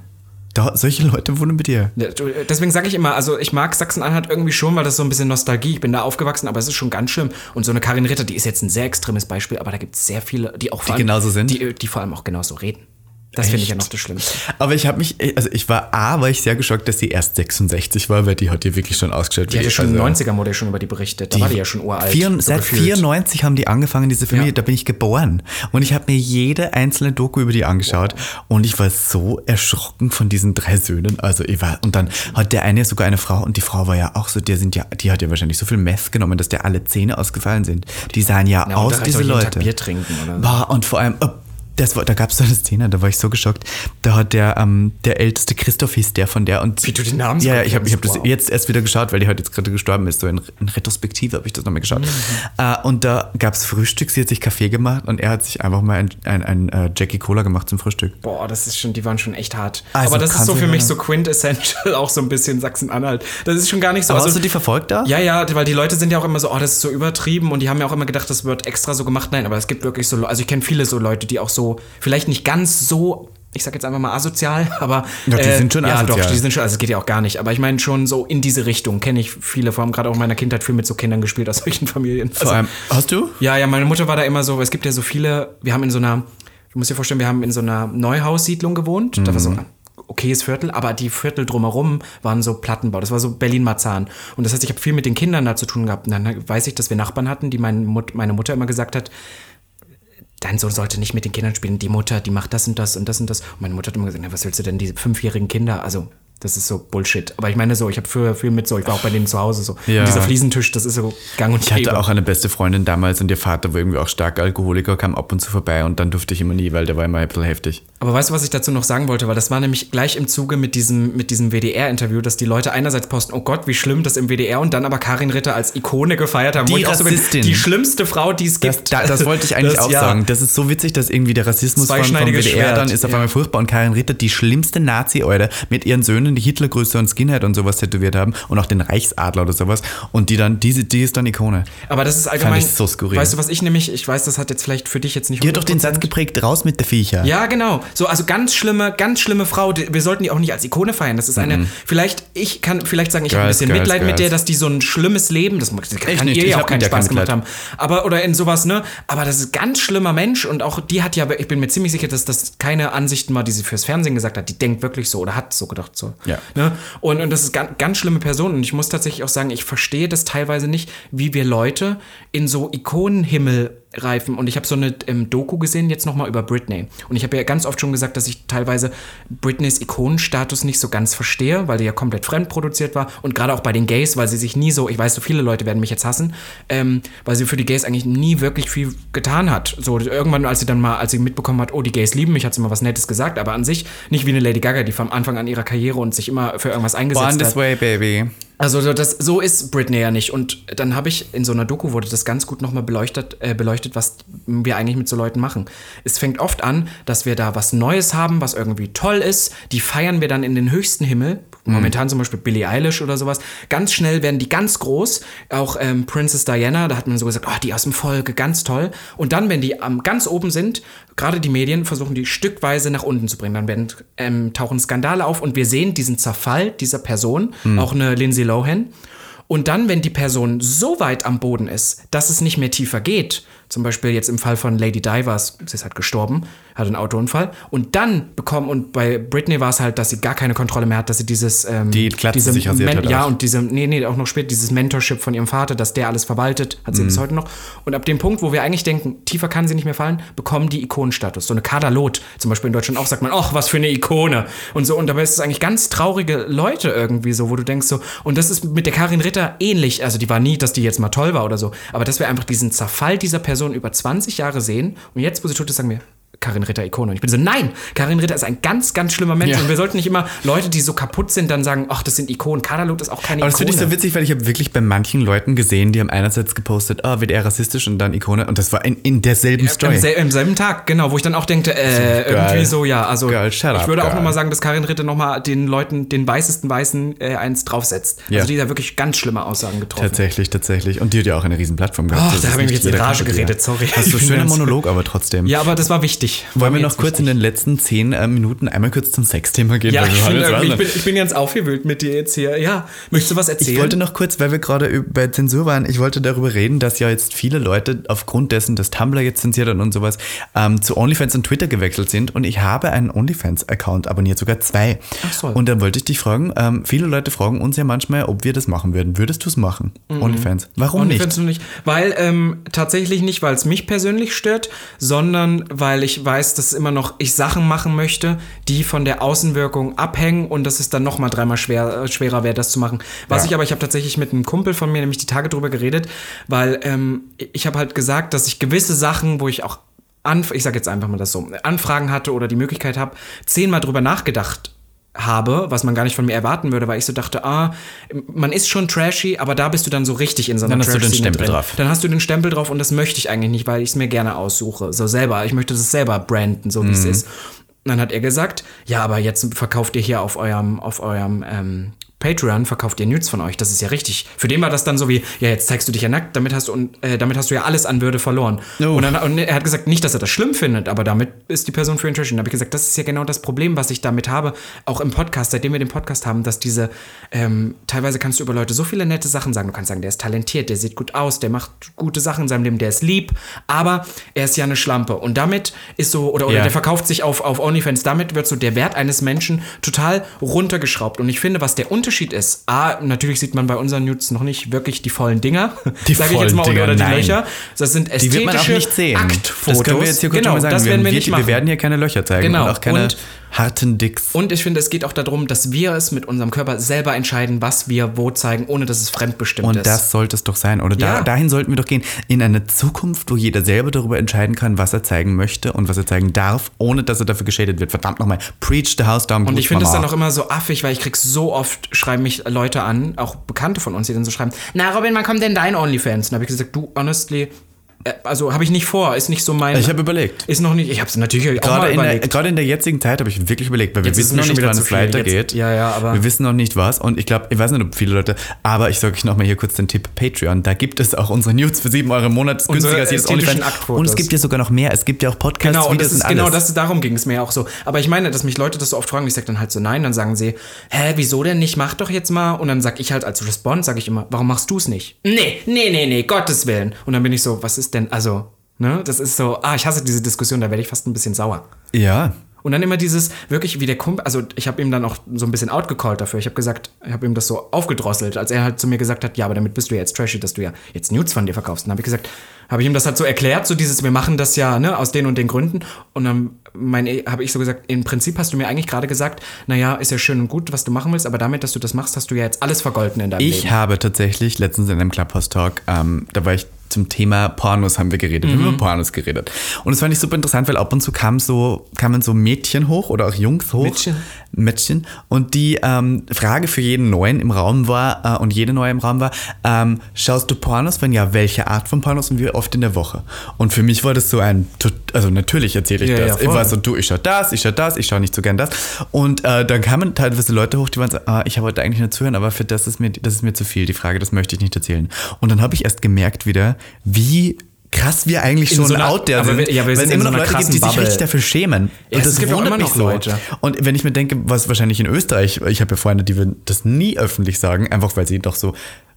Da, solche Leute wohnen mit dir.
Ja, du- Deswegen sage ich immer, also ich mag Sachsen-Anhalt irgendwie schon, weil das ist so ein bisschen Nostalgie. Ich bin da aufgewachsen, aber es ist schon ganz schlimm. Und so eine Karin Ritter, die ist jetzt ein sehr extremes Beispiel, aber da gibt es sehr viele, die auch vor
Die genauso sind?
Die, die vor allem auch genauso reden. Das finde ich ja noch das Schlimmste.
Aber ich habe mich, also ich war A, war ich sehr geschockt, dass sie erst 66 war, weil die hat ja wirklich schon ausgestellt.
Die hatte schon
also,
im 90er-Modell schon über die berichtet. Da war die ja schon uralt.
Vier,
so
seit
gefühlt.
94 haben die angefangen, diese Familie,
Ja.
da bin ich geboren. Und ich habe mir jede einzelne Doku über die angeschaut. Und ich war so erschrocken von diesen drei Söhnen. Also ich war, und dann hat der eine sogar eine Frau und die Frau war ja auch so, der sind ja, die hat ja wahrscheinlich so viel Meth genommen, dass der alle Zähne ausgefallen sind. Die sahen ja
Na, und da
aus,
reicht
diese
doch jeden Tag
Leute.
Bier trinken, oder?
Boah, und vor allem, oh, das war, da gab es so eine Szene, da war ich so geschockt. Da hat der, ähm, der älteste Christoph hieß der von der und.
Wie du den Namen
Ja, ja,
so
ich habe ich hab das
kennst, wow.
jetzt erst wieder geschaut, weil die heute jetzt gerade gestorben ist. So in, in Retrospektive habe ich das nochmal geschaut.
Mhm.
Äh, und da gab es Frühstück, sie hat sich Kaffee gemacht und er hat sich einfach mal ein, ein, ein äh, Jackie Cola gemacht zum Frühstück.
Boah, das ist schon, die waren schon echt hart.
Also
Aber das ist
kannst
so
du
für mich
ja-
so quintessential, (laughs) auch so ein bisschen Sachsen-Anhalt. Das ist schon gar nicht so.
Aber hast du die verfolgt da?
Also ja, ja, weil die Leute sind ja auch immer so, oh, das ist so übertrieben und die haben ja auch immer gedacht, das wird extra so gemacht. Nein, aber es gibt wirklich so, Le- also ich kenne viele so Leute, die auch so, vielleicht nicht ganz so, ich sag jetzt einfach mal asozial, (laughs) aber. äh,
Ja, die sind schon
Ja,
asozial.
doch, die sind schon, also es geht ja auch gar nicht. Aber ich meine schon so in diese Richtung kenne ich viele, vor allem gerade auch in meiner Kindheit viel mit so Kindern gespielt aus solchen Familien.
Vor allem, hast du?
also Ja, ja, meine Mutter war da immer so, es gibt ja so viele, wir haben in so einer, du musst dir vorstellen, wir haben in so einer Neuhaussiedlung gewohnt. Da war
Mhm.
so ein okayes Viertel, aber die Viertel drumherum waren so Plattenbau. Das war so Berlin-Marzahn. Und das heißt, ich habe viel mit den Kindern da zu tun gehabt. Und dann weiß ich, dass wir Nachbarn hatten, die mein Mut, meine Mutter immer gesagt hat, dein Sohn sollte nicht mit den Kindern spielen. Die Mutter, die macht das und das und das und das. Und meine Mutter hat immer gesagt, na, was willst du denn, diese fünfjährigen Kinder? Also, das ist so Bullshit. Aber ich meine so, ich habe früher viel mit so, ich war auch bei denen zu Hause so.
Ja.
Und dieser Fliesentisch, das ist so gang und
Ich hatte auch eine beste Freundin damals und ihr Vater war irgendwie auch stark Alkoholiker, kam ab und zu vorbei und dann durfte ich immer nie, weil der war immer ein bisschen heftig.
Aber weißt du, was ich dazu noch sagen wollte? Weil das war nämlich gleich im Zuge mit diesem, mit diesem WDR-Interview, dass die Leute einerseits posten, oh Gott, wie schlimm das im WDR und dann aber Karin Ritter als Ikone gefeiert haben.
Die
Wo ich auch so bin,
Rassistin.
die schlimmste Frau, die es
Das,
gibt.
da, das wollte ich eigentlich
Das-
auch
ja.
sagen. Das ist so witzig, dass irgendwie der Rassismus von, vom WDR
Zweischneidiges Schwert.
dann ist auf
Ja.
einmal furchtbar und Karin Ritter, die schlimmste Nazi-Eude mit ihren Söhnen, Freundin, die Hitlergröße und Skinhead und sowas tätowiert haben und auch den Reichsadler oder sowas und die dann, diese, die ist dann Ikone.
Aber das ist allgemein.
ich so skurril.
Weißt du, was ich nämlich, ich weiß, das hat jetzt vielleicht für dich jetzt nicht
Die hat doch den
100%
Satz geprägt, raus mit der Viecher.
Ja, genau. So, also ganz schlimme, ganz schlimme Frau. Die- Wir sollten die auch nicht als Ikone feiern. Das ist eine, vielleicht, ich kann vielleicht sagen, ich habe ein
Mhm. Girls,
bisschen
Girls,
Mitleid mit
Girls.
der, dass die so ein schlimmes Leben, das mag- das kann
nicht.
ihr
Ich
ja auch
hab
keinen
mit der
Spaß
kein
gemacht
Mitleid.
haben. Aber, oder in sowas, ne? Aber das ist ein ganz schlimmer Mensch und auch die hat ja, ich bin mir ziemlich sicher, dass das keine Ansichten mal, die sie fürs Fernsehen gesagt hat. Die denkt wirklich so oder hat so gedacht so.
Ja.
Ne? Und, und das ist ganz, ganz schlimme Person und ich muss tatsächlich auch sagen, ich verstehe das teilweise nicht, wie wir Leute in so Ikonenhimmel reifen. Und ich habe so eine ähm, Doku gesehen, jetzt nochmal über Britney. Und ich habe ja ganz oft schon gesagt, dass ich teilweise Britneys Ikonenstatus nicht so ganz verstehe, weil die ja komplett fremdproduziert war. Und gerade auch bei den Gays, weil sie sich nie so, ich weiß, so viele Leute werden mich jetzt hassen, ähm, weil sie für die Gays eigentlich nie wirklich viel getan hat. So irgendwann, als sie dann mal, als sie mitbekommen hat, oh, die Gays lieben mich, hat sie mal was Nettes gesagt, aber an sich nicht wie eine Lady Gaga, die vom Anfang an ihrer Karriere und sich immer für irgendwas eingesetzt
Born
hat.
this way, baby.
Also so das, so ist Britney ja nicht. Und dann habe ich in so einer Doku wurde das ganz gut nochmal beleuchtet, äh, beleuchtet, was wir eigentlich mit so Leuten machen. Es fängt oft an, dass wir da was Neues haben, was irgendwie toll ist. Die feiern wir dann in den höchsten Himmel. Momentan zum Beispiel Billie Eilish oder sowas. Ganz schnell werden die ganz groß. Auch ähm, Princess Diana, da hat man so gesagt, oh, die aus dem Volke, ganz toll. Und dann, wenn die am ganz oben sind, gerade die Medien versuchen die stückweise nach unten zu bringen. Dann werden, ähm, tauchen Skandale auf und wir sehen diesen Zerfall dieser Person,
Hm.
auch eine Lindsay Lohan. Und dann, wenn die Person so weit am Boden ist, dass es nicht mehr tiefer geht, zum Beispiel jetzt im Fall von Lady Di war es, sie ist halt gestorben, hat einen Autounfall, und dann bekommen, und bei Britney war es halt, dass sie gar keine Kontrolle mehr hat, dass sie dieses, ähm,
Die Glatze
diese
sich rasiert
Men-
hat
ja,
auch.
und diese, nee, nee, auch noch später, dieses Mentorship von ihrem Vater, dass der alles verwaltet, hat sie bis heute noch. Und ab dem Punkt, wo wir eigentlich denken, tiefer kann sie nicht mehr fallen, bekommen die Ikonenstatus. So eine Kader Loth, zum Beispiel in Deutschland auch, sagt man, ach, was für eine Ikone. Und so, und dabei ist es eigentlich ganz traurige Leute irgendwie so, wo du denkst so, und das ist mit der Karin Ritter ähnlich. Also die war nie, dass die jetzt mal toll war oder so. Aber dass wir einfach diesen Zerfall dieser Person über 20 Jahre sehen und jetzt, wo sie tot ist, sagen wir, Karin Ritter Ikone. Und ich bin so, nein, Karin Ritter ist ein ganz, ganz schlimmer Mensch.
Ja.
Und wir sollten nicht immer Leute, die so kaputt sind, dann sagen, ach, das sind Ikonen. Katalog ist auch keine
Aber das
Ikone.
finde ich so witzig, weil ich habe wirklich bei manchen Leuten gesehen, die haben einerseits gepostet, oh, wird er rassistisch und dann Ikone. Und das war in, in derselben Story.
Im, sel Im selben Tag, genau, wo ich dann auch denke, äh,
Girl.
irgendwie so, ja, also
Girl, shut
ich
up,
würde auch
girl.
nochmal sagen, dass Karin Ritter nochmal den Leuten, den weißesten Weißen äh, eins draufsetzt.
Ja.
Also die da wirklich ganz schlimme Aussagen getroffen.
Tatsächlich, tatsächlich. Und die hat ja auch eine riesen Plattform gehabt.
Ach,
Das
da
ist
habe ich mich
nicht
jetzt in
jeder
Rage
kann das
geredet,
sagen.
sorry.
Hast du
Ich bin
schöner
ganz-
Monolog, aber trotzdem.
Ja, aber das war wichtig. War
Wollen wir
mir
noch
jetzt
kurz in den letzten zehn äh, Minuten einmal kurz zum Sexthema gehen?
Ja,
weil wir
ich,
waren
bin,
jetzt
irgendwie- ich,
woanders.
bin, ich bin ganz aufgewühlt mit dir jetzt hier. Ja, möchtest du was erzählen?
Ich wollte noch kurz, weil wir gerade üb- bei Zensur waren, ich wollte darüber reden, dass ja jetzt viele Leute aufgrund dessen, dass Tumblr jetzt zensiert hat und sowas, ähm, zu OnlyFans und Twitter gewechselt sind. Und ich habe einen OnlyFans-Account abonniert, sogar zwei. Ach
so.
Und dann wollte ich dich fragen, ähm, viele Leute fragen uns ja manchmal, ob wir das machen würden. Würdest du es machen?
Mhm.
OnlyFans. Warum
Und
nicht?
findest du nicht? Weil ähm, tatsächlich nicht, weil es mich persönlich stört, sondern weil ich weiß, dass immer noch ich Sachen machen möchte, die von der Außenwirkung abhängen und dass es dann noch mal dreimal schwer, äh, schwerer wäre, das zu machen. Was
Ja.
ich aber, ich habe tatsächlich mit einem Kumpel von mir nämlich die Tage drüber geredet, weil ähm, ich habe halt gesagt, dass ich gewisse Sachen, wo ich auch Anf ich sage jetzt einfach mal das so, Anfragen hatte oder die Möglichkeit habe, zehnmal drüber nachgedacht habe, was man gar nicht von mir erwarten würde, weil ich so dachte, ah, man ist schon trashy, aber da bist du dann so richtig in so einer
Dann hast du den
Trash-Szene
Stempel
drin.
drauf.
Dann hast du den Stempel drauf und das möchte ich eigentlich nicht, weil ich es mir gerne aussuche. So selber, ich möchte das selber branden, so wie
Mhm.
es ist. Und dann hat er gesagt, ja, aber jetzt verkauft ihr hier auf eurem, auf eurem ähm, Patreon, verkauft ihr Nudes von euch. Das ist ja richtig. Für den war das dann so wie, ja, jetzt zeigst du dich ja nackt, damit hast du, und, äh, damit hast du ja alles an Würde verloren.
Oh.
Und, dann, und er hat gesagt, nicht, dass er das schlimm findet, aber damit ist die Person für ihn trashy. Und dann habe ich gesagt, das ist ja genau das Problem, was ich damit habe, auch im Podcast, seitdem wir den Podcast haben, dass diese, ähm, teilweise kannst du über Leute so viele nette Sachen sagen. Du kannst sagen, der ist talentiert, der sieht gut aus, der macht gute Sachen in seinem Leben, der ist lieb, aber er ist ja eine Schlampe. Und damit ist so, oder, oder
Ja.
der verkauft sich auf, auf OnlyFans, damit wird so der Wert eines Menschen total runtergeschraubt. Und ich finde, was der Unterschied ist, A, natürlich sieht man bei unseren Nudes noch nicht wirklich die vollen Dinger,
(laughs) Die
sag
vollen
oder-
Dinger,
oder die
nein.
Löcher. Das sind ästhetische
Die wird man auch nicht sehen.
Aktfotos.
Das können wir jetzt hier kurz
genau,
schon mal sagen.
das werden wir nicht
wir,
machen.
wir werden hier keine Löcher zeigen
Genau.
und auch keine
Und-
harten Dicks.
und ich finde, es geht auch darum, dass wir es mit unserem Körper selber entscheiden, was wir wo zeigen, ohne dass es fremdbestimmt
Und
ist.
das sollte es doch sein. Oder da,
Ja.
dahin sollten wir doch gehen. In eine Zukunft, wo jeder selber darüber entscheiden kann, was er zeigen möchte und was er zeigen darf, ohne dass er dafür geschädigt wird. Verdammt nochmal. Preach the house down.
Und ich finde es dann auch immer so affig, weil ich krieg so oft, schreiben mich Leute an, auch Bekannte von uns, die dann so schreiben, na Robin, wann kommt denn dein OnlyFans? Und da habe ich gesagt, du, honestly, Äh, Also habe ich nicht vor, ist nicht so mein.
Ich habe überlegt.
ist noch nicht, ich habe es natürlich auch
Gerade
mal
in, der,
überlegt.
gerade in der jetzigen Zeit habe ich wirklich überlegt, weil
Jetzt
wir
ist
wissen
mir
noch
schon
nicht,
wieder
wann
zu
es
viel.
weitergeht.
Jetzt- ja, ja, aber-
Wir wissen noch nicht was. Und ich glaube, ich weiß nicht, ob viele Leute, aber ich sage euch nochmal hier kurz den Tipp Patreon. Da gibt es auch unsere News für 7 Euro im Monat. Ist
Unsere
günstiger als jedes
ästhetischen
OnlyFans.
Aktfotos.
Und es gibt ja sogar noch mehr. Es gibt ja auch Podcasts,
Genau, und
Videos
das ist,
und alles.
genau das, darum ging es mir ja auch so. Aber ich meine, dass mich Leute das so oft fragen, ich sage dann halt so nein, dann sagen sie, hä, wieso denn nicht, mach doch jetzt mal. Und dann sag ich halt als Response, sage ich immer, warum machst du es nicht? Nee, nee, nee, nee, Gottes Willen. Und dann bin ich so, was ist denn, also, ne, das ist so, ah, ich hasse diese Diskussion, da werde ich fast ein bisschen sauer.
Ja.
Und dann immer dieses, wirklich wie der Kumpel, also ich habe ihm dann auch so ein bisschen outgecallt dafür. Ich habe gesagt, ich habe ihm das so aufgedrosselt, als er halt zu mir gesagt hat, ja, aber damit bist du ja jetzt trashy, dass du ja jetzt Nudes von dir verkaufst. Und habe ich gesagt, habe ich ihm das halt so erklärt, so dieses, wir machen das ja ne, aus den und den Gründen. Und dann habe ich so gesagt, im Prinzip hast du mir eigentlich gerade gesagt, naja, ist ja schön und gut, was du machen willst, aber damit, dass du das machst, hast du ja jetzt alles vergolten in deinem
Ich
Leben.
habe tatsächlich letztens in einem Clubhouse-Talk, ähm, da war ich zum Thema Pornos haben wir geredet. Wir haben
Mhm.
über Pornos geredet. Und das fand ich super interessant, weil ab und zu kamen so, kamen so Mädchen hoch oder auch Jungs hoch.
Mädchen.
Mädchen. Und die ähm, Frage für jeden Neuen im Raum war, äh, und jede Neue im Raum war, ähm, schaust du Pornos? Wenn ja, welche Art von Pornos und wie oft in der Woche? Und für mich war das so ein, tot- also natürlich erzähle ich
Ja, ja,
das. ich
voll.
war so, du, ich schaue das, ich schaue das, ich schaue nicht so gern das. Und äh, dann kamen teilweise Leute hoch, die waren so, ah, ich wollte eigentlich nur zuhören, aber für das ist mir, das ist mir zu viel, die Frage, das möchte ich nicht erzählen. Und dann habe ich erst gemerkt wieder, wie krass wir eigentlich
In
schon
so einer-
out there
aber
sind.
wir- ja, wir
weil
sind
es
in
immer
so einer
noch Leute gibt,
krassen
die sich
Bubble.
richtig dafür schämen.
Ja, es gibt auch
wundert
immer
mich
noch Leute.
Und wenn ich mir denke, was wahrscheinlich in Österreich, ich habe ja Freunde, die würden das nie öffentlich sagen, einfach weil sie doch so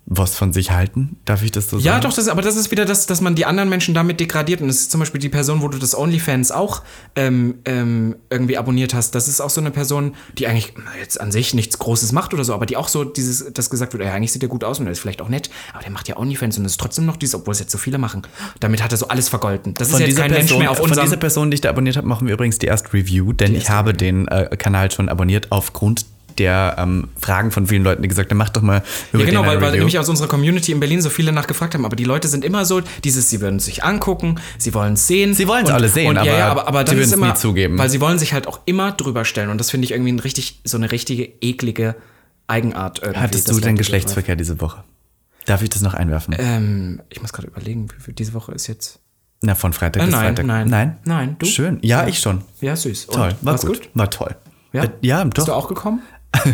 was von sich halten. Darf ich das so
Ja,
sagen?
doch, das, aber das ist wieder das, dass man die anderen Menschen damit degradiert. Und das ist zum Beispiel die Person, wo du das OnlyFans auch ähm, ähm, irgendwie abonniert hast. Das ist auch so eine Person, die eigentlich na, jetzt an sich nichts Großes macht oder so, aber die auch so dieses, das gesagt wird, ja, eigentlich sieht der gut aus und der ist vielleicht auch nett, aber der macht ja OnlyFans und ist trotzdem noch dies, obwohl es jetzt so viele machen. Damit hat er so alles vergolten. Das ist
Von
ja jetzt
dieser,
kein Mensch
Person,
mehr auf
von dieser
unserem...
Person, die ich da abonniert habe, machen wir übrigens die erste Review, denn ich habe den äh, Kanal schon abonniert aufgrund der ähm, Fragen von vielen Leuten, die gesagt haben, mach doch mal über
Ja, genau,
den
weil,
eine
weil
Review.
nämlich aus unserer Community in Berlin so viele nachgefragt haben. Aber die Leute sind immer so, dieses, sie würden sich angucken, sie wollen es sehen.
Sie wollen's
Und-
alle sehen,
und, aber, ja,
aber
ja, aber, aber
sie
dann ist
würden's
immer,
nie zugeben.
Weil sie wollen sich halt auch immer drüber stellen. Und das finde ich irgendwie ein richtig, so eine richtige eklige Eigenart. Irgendwie,
Hattest
dass
du
Leute
denn
so-
Geschlechtsverkehr diese Woche? Darf ich das noch einwerfen?
Ähm, ich muss gerade überlegen, wie viel diese Woche ist jetzt.
Na, von Freitag
Äh,
bis
nein,
Freitag.
nein.
Nein?
Nein, du?
Schön. Ja, ich schon.
Ja, süß. Und,
Toll. War
war's
gut. War toll.
Ja?
Äh, ja doch.
Bist du auch gekommen?
(laughs)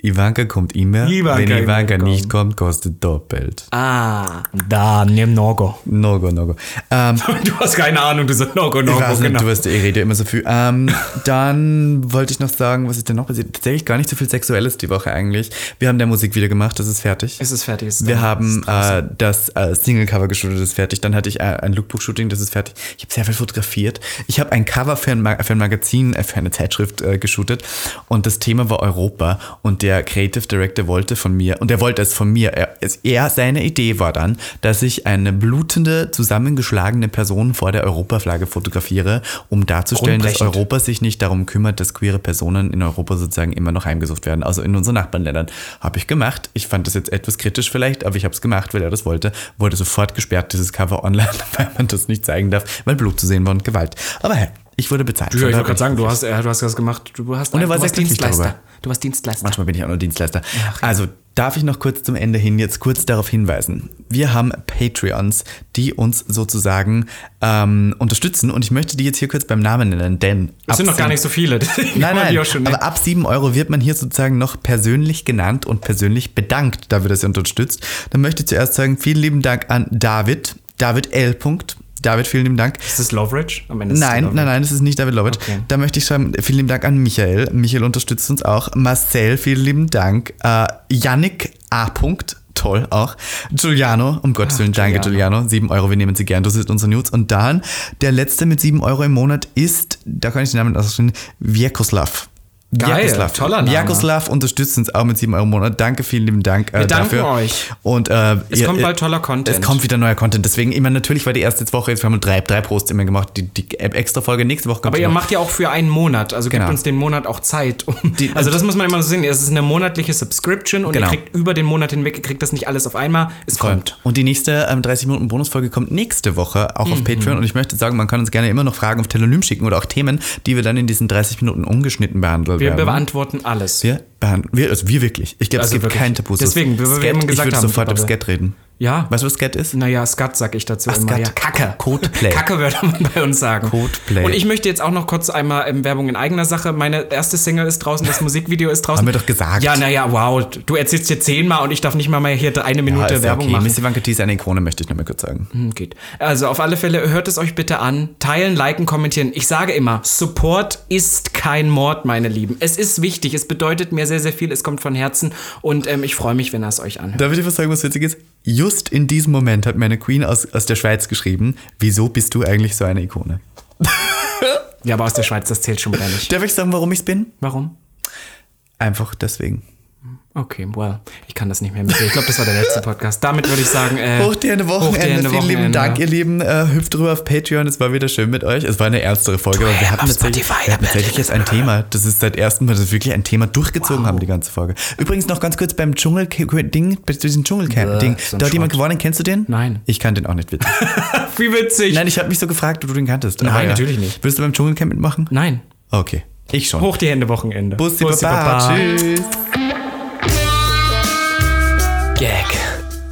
Ivanka kommt immer.
Ivanka
Wenn Ivanka
immer
nicht kommt, kostet doppelt.
(laughs) Ah, da, nimm Norgo.
No go, no go. Ähm,
Du hast keine Ahnung, du sagst Norgo,
Ich
Norgo,
weiß nicht,
genau.
du wirst eh rede immer so viel. Ähm, dann wollte ich noch sagen, was ist denn noch passiert? Tatsächlich gar nicht so viel Sexuelles die Woche eigentlich. Wir haben der Musik wieder gemacht, das ist fertig.
Es ist fertig. es ist
wir
da.
haben äh, das äh, Single-Cover geshootet, das ist fertig. Dann hatte ich äh, ein Lookbook-Shooting, das ist fertig. Ich habe sehr viel fotografiert. Ich habe ein Cover für ein, Ma für ein Magazin, äh, für eine Zeitschrift äh, geshootet. Und das Thema war Europa. Und der Creative Director wollte von mir, und er wollte es von mir. Er, es, er, seine Idee war dann, dass ich eine blutende, zusammengeschlagene Person vor der Europaflagge fotografiere, um darzustellen, dass
Grundbrechend.
Europa Europa sich nicht darum kümmert, dass queere Personen in Europa sozusagen immer noch heimgesucht werden, also in unseren Nachbarländern. Habe ich gemacht. Ich fand das jetzt etwas kritisch vielleicht, aber ich habe es gemacht, weil er das wollte. Wurde sofort gesperrt, dieses Cover online, (laughs) weil man das nicht zeigen darf, weil Blut zu sehen war und Gewalt. Aber hey, ich wurde bezahlt.
Ja, ich wollte
Von
gerade
daher
sagen,
bin
du
ich
hast, äh, du hast das gemacht. Du hast,
Und er war
du
sehr
warst
glücklich
Dienstleister.
darüber.
Du warst Dienstleister.
Manchmal bin ich auch nur Dienstleister. Also darf ich noch kurz zum Ende hin jetzt kurz darauf hinweisen. Wir haben Patreons, die uns sozusagen ähm, unterstützen und ich möchte die jetzt hier kurz beim Namen nennen, denn
Es sind noch gar nicht so viele. (laughs) deswegen
(laughs) Nein,
kann man
nein,
die auch schon
aber ab 7 Euro wird man hier sozusagen noch persönlich genannt und persönlich bedankt, dafür, dass ihr unterstützt. Dann möchte ich zuerst sagen, vielen lieben Dank an David, David L. Punkt. David, vielen lieben Dank.
Ist das Loveridge? Am Ende ist es
Nein,
Loveridge.
nein, nein, das ist nicht David Lovett.
Okay.
Da möchte ich schreiben, vielen lieben Dank an Michael. Michael unterstützt uns auch. Marcel, vielen lieben Dank. Äh, Yannick A. Punkt. Toll, auch. Giuliano, um Gottes Willen, danke
Giuliano.
Giuliano. 7 Euro, wir nehmen sie gern. Das ist unser News. Und dann, der letzte mit 7 Euro im Monat ist, da kann ich den Namen ausschreiben, Vjekoslav.
Geil,
Vjekoslav.
toller Name.
Vjekoslav unterstützt uns auch mit 7 Euro im Monat. Danke, vielen lieben Dank äh,
Wir danken
dafür.
euch.
Und, äh,
Es kommt bald toller Content.
Es kommt wieder neuer Content. Deswegen immer natürlich war die erste jetzt Woche, jetzt haben wir drei, drei Posts immer gemacht. Die, die extra Folge nächste Woche kommt.
Aber ihr
noch.
macht ja auch für einen Monat. Also gebt
Genau.
uns den Monat auch Zeit. um- (laughs) also das muss man immer so sehen. Es ist eine monatliche Subscription und
Genau.
ihr kriegt über den Monat hinweg, ihr kriegt das nicht alles auf einmal. Es
Voll.
kommt.
Und die nächste ähm, 30 Minuten Bonusfolge kommt nächste Woche auch
Mhm.
auf Patreon. Und ich möchte sagen, man kann uns gerne immer noch Fragen auf Telonym schicken oder auch Themen, die wir dann in diesen 30 Minuten ungeschnitten behandeln
Wir
werden.
beantworten alles.
Wir behandeln. Wir, also wir wirklich. Ich glaube,
Also
es gibt
wirklich.
kein Tabus.
Deswegen, wie wir eben
ich
gesagt
würde
haben,
sofort über
Bubble.
Skat reden.
Ja.
Weißt du, was Skat ist?
Naja, Skat sag ich dazu immer.
Skat.
Ja, Kacke. (laughs)
Codeplay.
Kacke würde man bei uns sagen.
Codeplay.
Und ich möchte jetzt auch noch kurz einmal ähm, Werbung in eigener Sache. Meine erste Single ist draußen, das Musikvideo ist draußen.
Haben wir doch gesagt.
Ja, naja, wow. Du erzählst hier zehnmal und ich darf nicht mal mehr hier eine Minute
Ah, ist ja
Werbung machen.
Missy Vanka T ist eine Ikone, möchte ich noch mal kurz sagen.
Hm, Geht. Also auf alle Fälle hört es euch bitte an. Teilen, liken, kommentieren. Ich sage immer, Support ist kein Mord, meine Lieben. Es ist wichtig. Es bedeutet mir sehr, sehr viel. Es kommt von Herzen. Und ähm, ich freue mich, wenn ihr es euch anhört.
Darf ich dir was sagen, was witzig ist? Just in diesem Moment hat mir eine Queen aus, aus der Schweiz geschrieben, wieso bist du eigentlich so eine Ikone?
Ja, aber aus der Schweiz, das zählt schon wieder nicht.
Darf ich sagen, warum ich es bin?
Warum?
Einfach deswegen.
Okay, well, ich kann das nicht mehr mit dir. Ich glaube, das war der letzte Podcast. Damit würde ich sagen, äh,
Hoch dir eine Wochenende.
Wochenende,
Vielen lieben
Wochenende.
Dank, ihr Lieben. Äh, hüpft rüber auf Patreon. Es war wieder schön mit euch. Es war eine ernstere Folge. Aber wir hatten
auf
tatsächlich,
Spotify,
wir hatten tatsächlich jetzt ein Thema. Das ist seit ersten Mal, dass wir wirklich ein Thema durchgezogen haben, die ganze Folge. Übrigens noch ganz kurz beim Dschungel-Ding, bei diesem Dschungelcamp-Ding.
Bäh, so ein
da hat jemand
Schrott.
gewonnen. Kennst du den?
Nein.
Ich kannte den
(laughs)
auch nicht wirklich.
wie witzig.
Nein, ich habe mich so gefragt, ob du den kanntest.
Nein, natürlich nicht.
Willst du beim Dschungelcamp mitmachen?
Nein.
Okay. Ich schon.
Hoch die Hände, Wochenende.
Bussi,
Bussi,
Baba.
Baba.
Tschüss.
Gag,